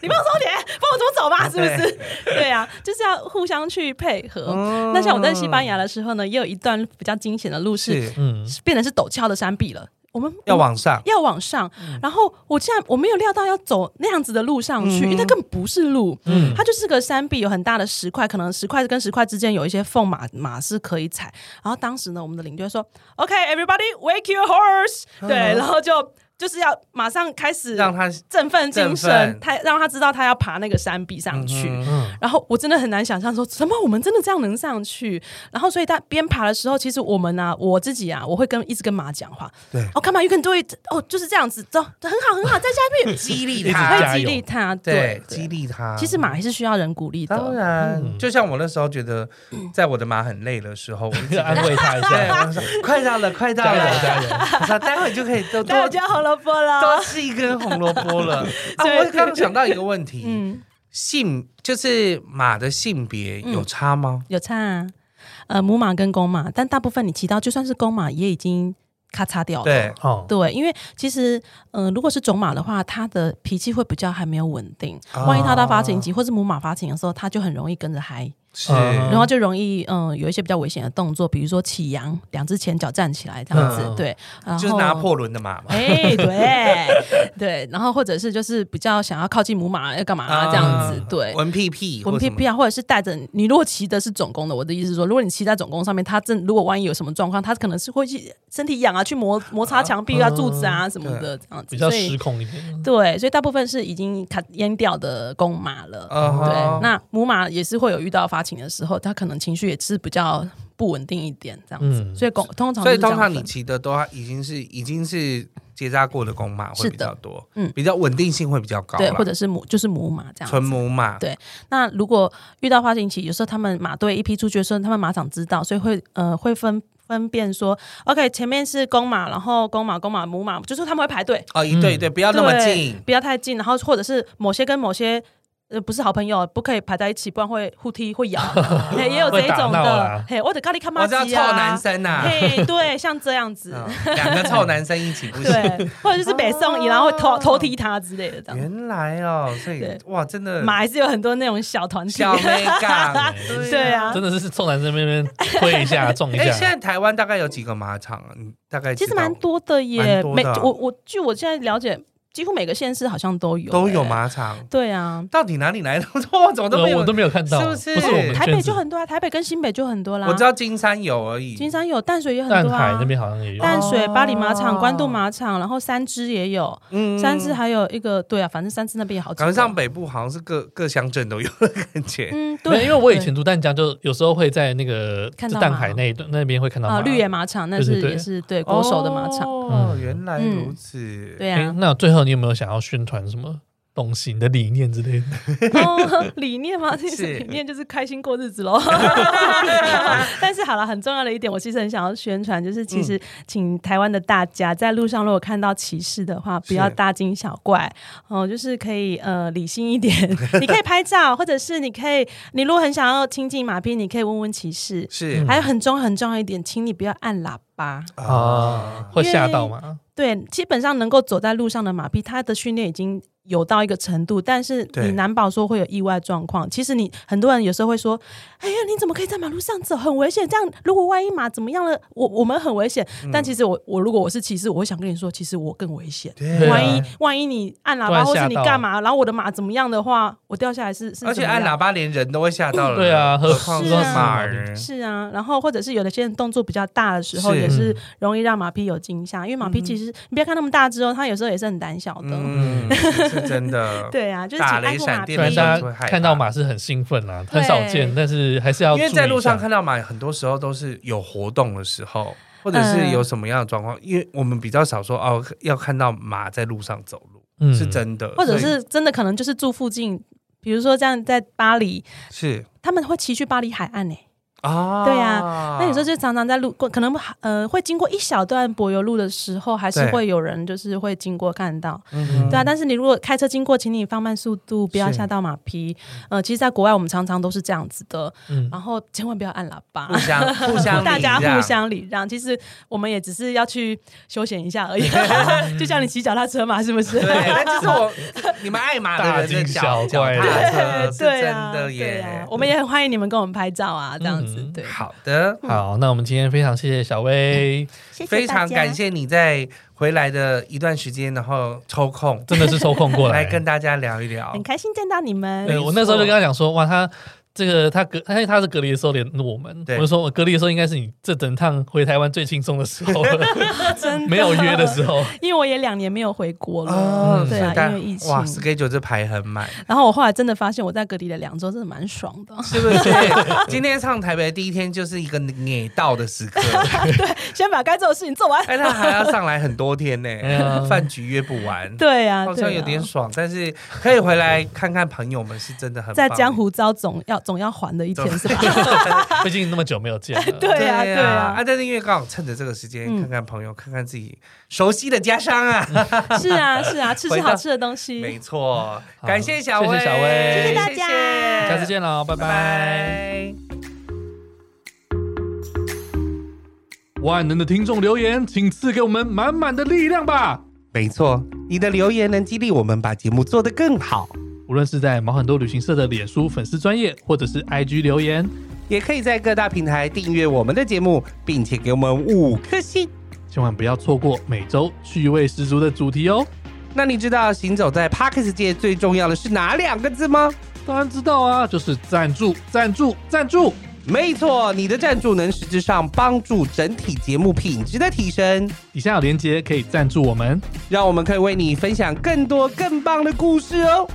S1: 你帮我松点，帮我怎么 走吧？是不是？对啊，就是要互相去配合。
S3: 哦
S1: 那像我在西班牙的时候呢，也有一段比较惊险的路 是
S3: 是
S2: 嗯，
S1: 变成是陡峭的山壁了，我们
S3: 要。往上，嗯
S1: 要往上，然后我竟然我没有料到要走那样子的路上
S3: 嗯
S1: 去，因为它根本不是路，
S2: 嗯
S1: 它就是个山壁，有很大的石块，可能石块跟石块之间有一些缝马，马是可以踩。然后当时呢，我们的领队说：“OK，everybody、wake your horse。”对，然后就就是要马上开始
S3: 嗯让他
S1: 振奋精
S3: 振奋
S1: 神，他让他知道他要爬那个山壁上去。
S2: 嗯
S1: 然后我真的很难想象说什么我们真的这样能上去。然后所以他边爬的时候，其实我们啊，我自己啊，我会跟一直跟马讲话，
S3: 对
S1: 哦，干嘛 you can do it，哦，就是这样子，走，很好很好，再 下一
S3: 激
S2: 一
S3: 励
S2: 直
S1: 步，
S2: 加油
S3: 他，
S1: 会激励他，
S3: 对
S1: 对，，
S3: 激
S1: 对
S3: 励他。
S1: 其实马还是需要人鼓励
S3: 当
S1: 的。
S3: 然，
S2: 嗯
S3: 就像我那时候觉得，在我的马很累的时候，我一直
S2: 要 安慰他一
S3: 对，
S2: 下，
S3: 我说 快到了，快到
S2: 加油
S3: 了，
S2: 加油！
S3: 我说待会就可以多
S1: 那
S3: 多
S1: 我就要红萝卜了
S3: 多。吃一根红萝卜 了。啊，
S1: 对
S3: 我刚刚想到一个问题，
S1: 嗯，
S3: 性就是马的性别
S2: 嗯
S3: 有差吗？
S1: 有差啊，呃，母马跟公马，但大部分你骑到就算是公马，也已经咔嚓掉了。
S3: 对，
S2: 哦，
S1: 对，因为其实，嗯、如果是种马的话，它的脾气会比较还没有稳定。
S3: 哦
S1: 万一它到发情期或是母马发情的时候，它就很容易跟着嗨，
S3: 是，
S2: 嗯
S1: 然后就容易嗯、有一些比较危险的动作，比如说起羊，两只前脚站起来这样子。
S2: 嗯
S1: 对，然后
S3: 就是拿。破仑的马嘛。
S1: 哎，对 对，然后或者是就是比较想要靠近母马要干嘛、
S3: 啊
S1: 这样子，对，
S3: 文屁屁，
S1: 文屁屁啊，或者是带着你，如果骑的是总攻的，我的意思是说，如果你骑在总攻上面，它正如果万一有什么状况，它可能是会去身体痒啊，去摩摩擦墙壁啊、
S2: 嗯
S1: 柱子啊什么的，这样子，
S2: 比较
S1: 所
S2: 失
S1: 以
S2: 控一点。
S1: 对，所以大部分是已经卡阉掉的公马了。
S3: 嗯哼，
S1: 对
S2: 啊
S3: 对，
S1: 那母马也是会有遇到发情的时候，它可能情绪也是比较不稳定一点这样子，
S2: 嗯
S1: 所以公通常
S3: 所以
S1: 是这
S3: 通
S1: 样
S3: 常你
S1: 分
S3: 骑的都已经是已经是结扎过的公马会
S1: 是
S3: 比较
S1: 的
S3: 多，嗯
S1: 嗯，
S3: 比较稳定性会比较高啦，
S1: 对，或者是母就是母马这样子
S3: 纯母马，
S1: 对那如果遇到发情期，有时候他们马队一批出去的时候，他们马场知道，所以会呃会分分辨说，OK，前面是公马，然后公马、公马、母马，就是他们会排队，
S3: 哦，一对一对，
S2: 嗯
S3: 不要那么近，
S1: 不要太近，然后或者是某些跟某些。呃，不是好朋友，不可以排在一起，不然会互 踢会咬，嘿也有这一种
S2: 会打闹
S1: 的
S2: 啊。，
S1: 嘿，我的咖喱看
S3: 我
S1: 妈
S3: 知道
S1: 鸡
S3: 臭
S1: 啊
S3: 男，生呐，
S1: 嘿，对，像这样 子，
S3: 嗯两个臭男生一起不行。
S1: 对，或者就是北宋仪，然后会偷偷踢他之类的，这样。
S3: 哦原来哦，所以
S1: 对
S3: 哇，真的
S1: 马还是有很多那种小团体，
S3: 小妹 杠
S2: 对
S1: 对啊
S2: 真的是臭男生那边推一下撞一
S3: 哎，现
S2: 下，
S3: 在台湾大概有几个马场啊？你大概
S1: 其
S3: 知
S1: 实
S3: 道
S1: 蛮多的耶，
S3: 蛮多
S1: 没
S3: 的啊
S1: 我我据我现在了解，几乎每个县市好像都有、
S3: 都有
S1: 欸？
S3: 马场，
S1: 对啊，
S3: 到底哪里来的？ 我怎么都没
S2: 呃
S3: 有？
S2: 我都没有看到，
S3: 是不是
S2: 我们
S1: 台
S2: 圈
S1: 北
S2: 子
S1: 就很多啊，台北跟新北就很多啦。
S3: 我知道金山有而已。
S1: 金山有，淡水也很
S2: 淡
S1: 多
S2: 海
S1: 啊
S2: 那。边好像也有，
S1: 淡水、巴黎马
S3: 哦
S1: 场、关渡马场，然后三支也有，
S3: 嗯
S1: 三支还有一个对啊，反正三支那边也好几
S3: 感
S1: 个。
S3: 觉上北部好像是各各乡镇都有的感觉。
S2: 没
S1: 嗯，
S2: 有
S1: 对，
S2: 因为我以
S1: 对
S2: 前读淡江，就有时候会在那个
S1: 看
S2: 就
S1: 到
S2: 淡
S1: 吗
S2: 海那一段那边会看到
S1: 啊
S2: 马
S1: 绿野马场那
S2: 对对
S1: 是
S2: 对
S1: 也是对国手的马场，
S3: 哦，
S2: 嗯
S3: 原来如此。
S1: 对
S2: 诶
S1: 啊，
S2: 那最后你有没有想要宣传什么东西？你的理念之 类的？
S1: 哦，理念嘛，其
S3: 是
S1: 实理念就是开心过日 子喽。但是好了，很重要的一点，我其实很想要宣传，就是其
S3: 嗯
S1: 实请台湾的大家在路上如果看到歧视的话，不要
S3: 是
S1: 大惊小怪哦、就是可以呃理性 一点。你可以拍照，或者是你可以，你如果很想要亲近马屁，你可以问问歧视。
S3: 是
S1: 还有很重要很重要一点，请你不要按喇叭。
S3: 哦
S2: 啊，会吓到吗？
S1: 对，基本上能够走在路上的马屁，它的训练已经有到一个程度，但是
S3: 对
S1: 你难保说会有意外状况。其实你很多人有时候会说：“哎呀，你怎么可以在马路上走？很危险！这样如果万一马怎么样了，我我们很危险。
S3: 嗯
S1: 但其实我我如果我是骑士，我会想跟你说，其实我更危险。
S2: 对啊
S1: 万一万一你按喇
S2: 突然
S1: 叭，或是
S2: 吓
S1: 你
S2: 到
S1: 干嘛，然后我的马怎么样的话，我掉下来是是
S3: 而且
S1: 怎么
S3: 按
S1: 样
S3: 喇叭连人都会吓到了。
S2: 对啊
S3: 何
S2: 何
S3: 况
S1: 是啊
S3: 马儿。
S1: 是啊，然后或者是有的些人动作比较大的时候，
S3: 是
S1: 也是容易让马匹有惊吓，因为马匹其实、你不要看那么大只哦，它有时候也是很胆小的。
S3: 嗯，是真 的。
S1: 对啊，就是请
S3: 打
S1: 爱
S3: 雷
S1: 护
S3: 闪
S1: 马匹
S2: 虽
S3: 电
S2: 然
S3: 的时候就会
S2: 大家
S3: 害怕
S2: 看到马是很兴奋啦，很少见，
S1: 对
S2: 但是还是要
S3: 因为在路上
S2: 注意一下
S3: 看到马，很多时候都是有活动的时候，或者是
S1: 嗯
S3: 有什么样的状况，因为我们比较少说哦，要看到马在路上走路、
S2: 嗯
S3: 是真的，
S1: 或者
S3: 所以
S1: 是真的可能就是住附近，比如说这样在巴黎，
S3: 是
S1: 他们会骑去巴黎海岸呢、
S3: 啊，
S1: 对啊那有时候就常常在路过，可能呃会经过一小段柏油路的时候，还是
S3: 对
S1: 会有人就是会经过看到。
S3: 嗯哼
S1: 对啊，但是你如果开车经过，请你放慢速度，不要
S3: 是
S1: 吓到马匹。呃，其实，在国外我们常常都是这样子的，
S2: 嗯
S1: 然后千万不要按喇叭
S3: 互。相互相
S1: 大家
S3: 礼让
S1: 互相礼让，其实我们也只是要去休闲一下 而已，就像你骑脚踏车嘛，是不是？
S3: 对，那就是我 你们爱马的人的脚
S2: 大惊小
S3: 脚
S2: 怪
S3: 踏车是
S1: 对
S3: 真
S1: 啊，
S3: 的
S1: 对
S3: 耶
S1: 啊，。我们也很欢迎你们跟我们拍照啊，这样子
S2: 嗯
S1: 对。
S3: 好的，
S2: 好，那我们今天非常谢谢小
S3: 嗯
S2: 薇，
S4: 谢谢
S3: 非
S4: 大
S3: 常
S4: 家
S3: 感谢你在回来的一段时间，然后抽空
S2: 真的是抽空过
S3: 来
S2: 来
S3: 跟大家聊一聊
S1: 很。开心见到你们，
S2: 对，我那时候就跟他讲说，哇，他这个他隔，他他是隔离的时候联络我们，
S3: 对
S2: 我就说我呃隔离的时候应该是你这整趟回台湾最轻松的时候 了，
S1: 真的
S2: 没有约的时 候，
S1: 因为我也两年没有回国
S3: 哦
S1: 了，对
S3: 所
S1: 啊
S3: 以，大
S1: 因为疫情。
S3: 哇，schedule 这排很 满，
S1: 然后我后来真的发现，我在隔离了两周，真的蛮爽 的。
S3: 是不是？今天上台北第一天就是一个碾到的时刻，
S1: 先把该做的事情做完。
S3: 哎，他还要上来很多天
S2: 哎呀
S3: 呢，饭局约不完，
S1: 对啊，
S3: 好
S1: 对啊
S3: 像有点爽，但是可以回来看看朋友们，是真的啊很
S1: 在
S3: 棒
S1: 江。湖遭总要总要还的一天是吧？
S2: 毕 竟那么久没有见了。
S1: 对啊，对
S3: 啊，
S1: 啊
S3: 啊，，但是因为刚好趁着这个时间，
S1: 嗯
S3: 看看朋友，看看自己熟悉的家乡啊，
S1: 是啊，是啊，吃
S3: 回
S1: 吃
S3: 到
S1: 好吃的 东
S3: 没
S1: 西。
S3: 错，
S2: 好
S3: 感谢小薇，
S2: 谢谢小薇谢谢
S1: 大
S3: 谢
S1: 家
S3: 谢
S2: 下次，见喽，拜
S3: 拜
S2: 拜。
S3: 拜。
S2: 万能的听众留言，请赐给我们满满的力量吧！
S3: 没错，你的留言能激励我们把节目做得更好，
S2: 无论是在毛很多旅行社的脸书粉丝专业，或者是 IG 留言，
S3: 也可以在各大平台订阅我们的节目，并且给我们五颗星。
S2: 千万不要错过每周趣味十足的主题哦。
S3: 那你知道行走在 Parkes 界最重要的是哪两个字吗？
S2: 当然知道啊，就是赞助、赞助、赞助。
S3: 没错，你的赞助能实质上帮助整体节目品质的提升，
S2: 底下有链接可以赞助我们。
S3: 让我们可以为你分享更多更棒的故事哦。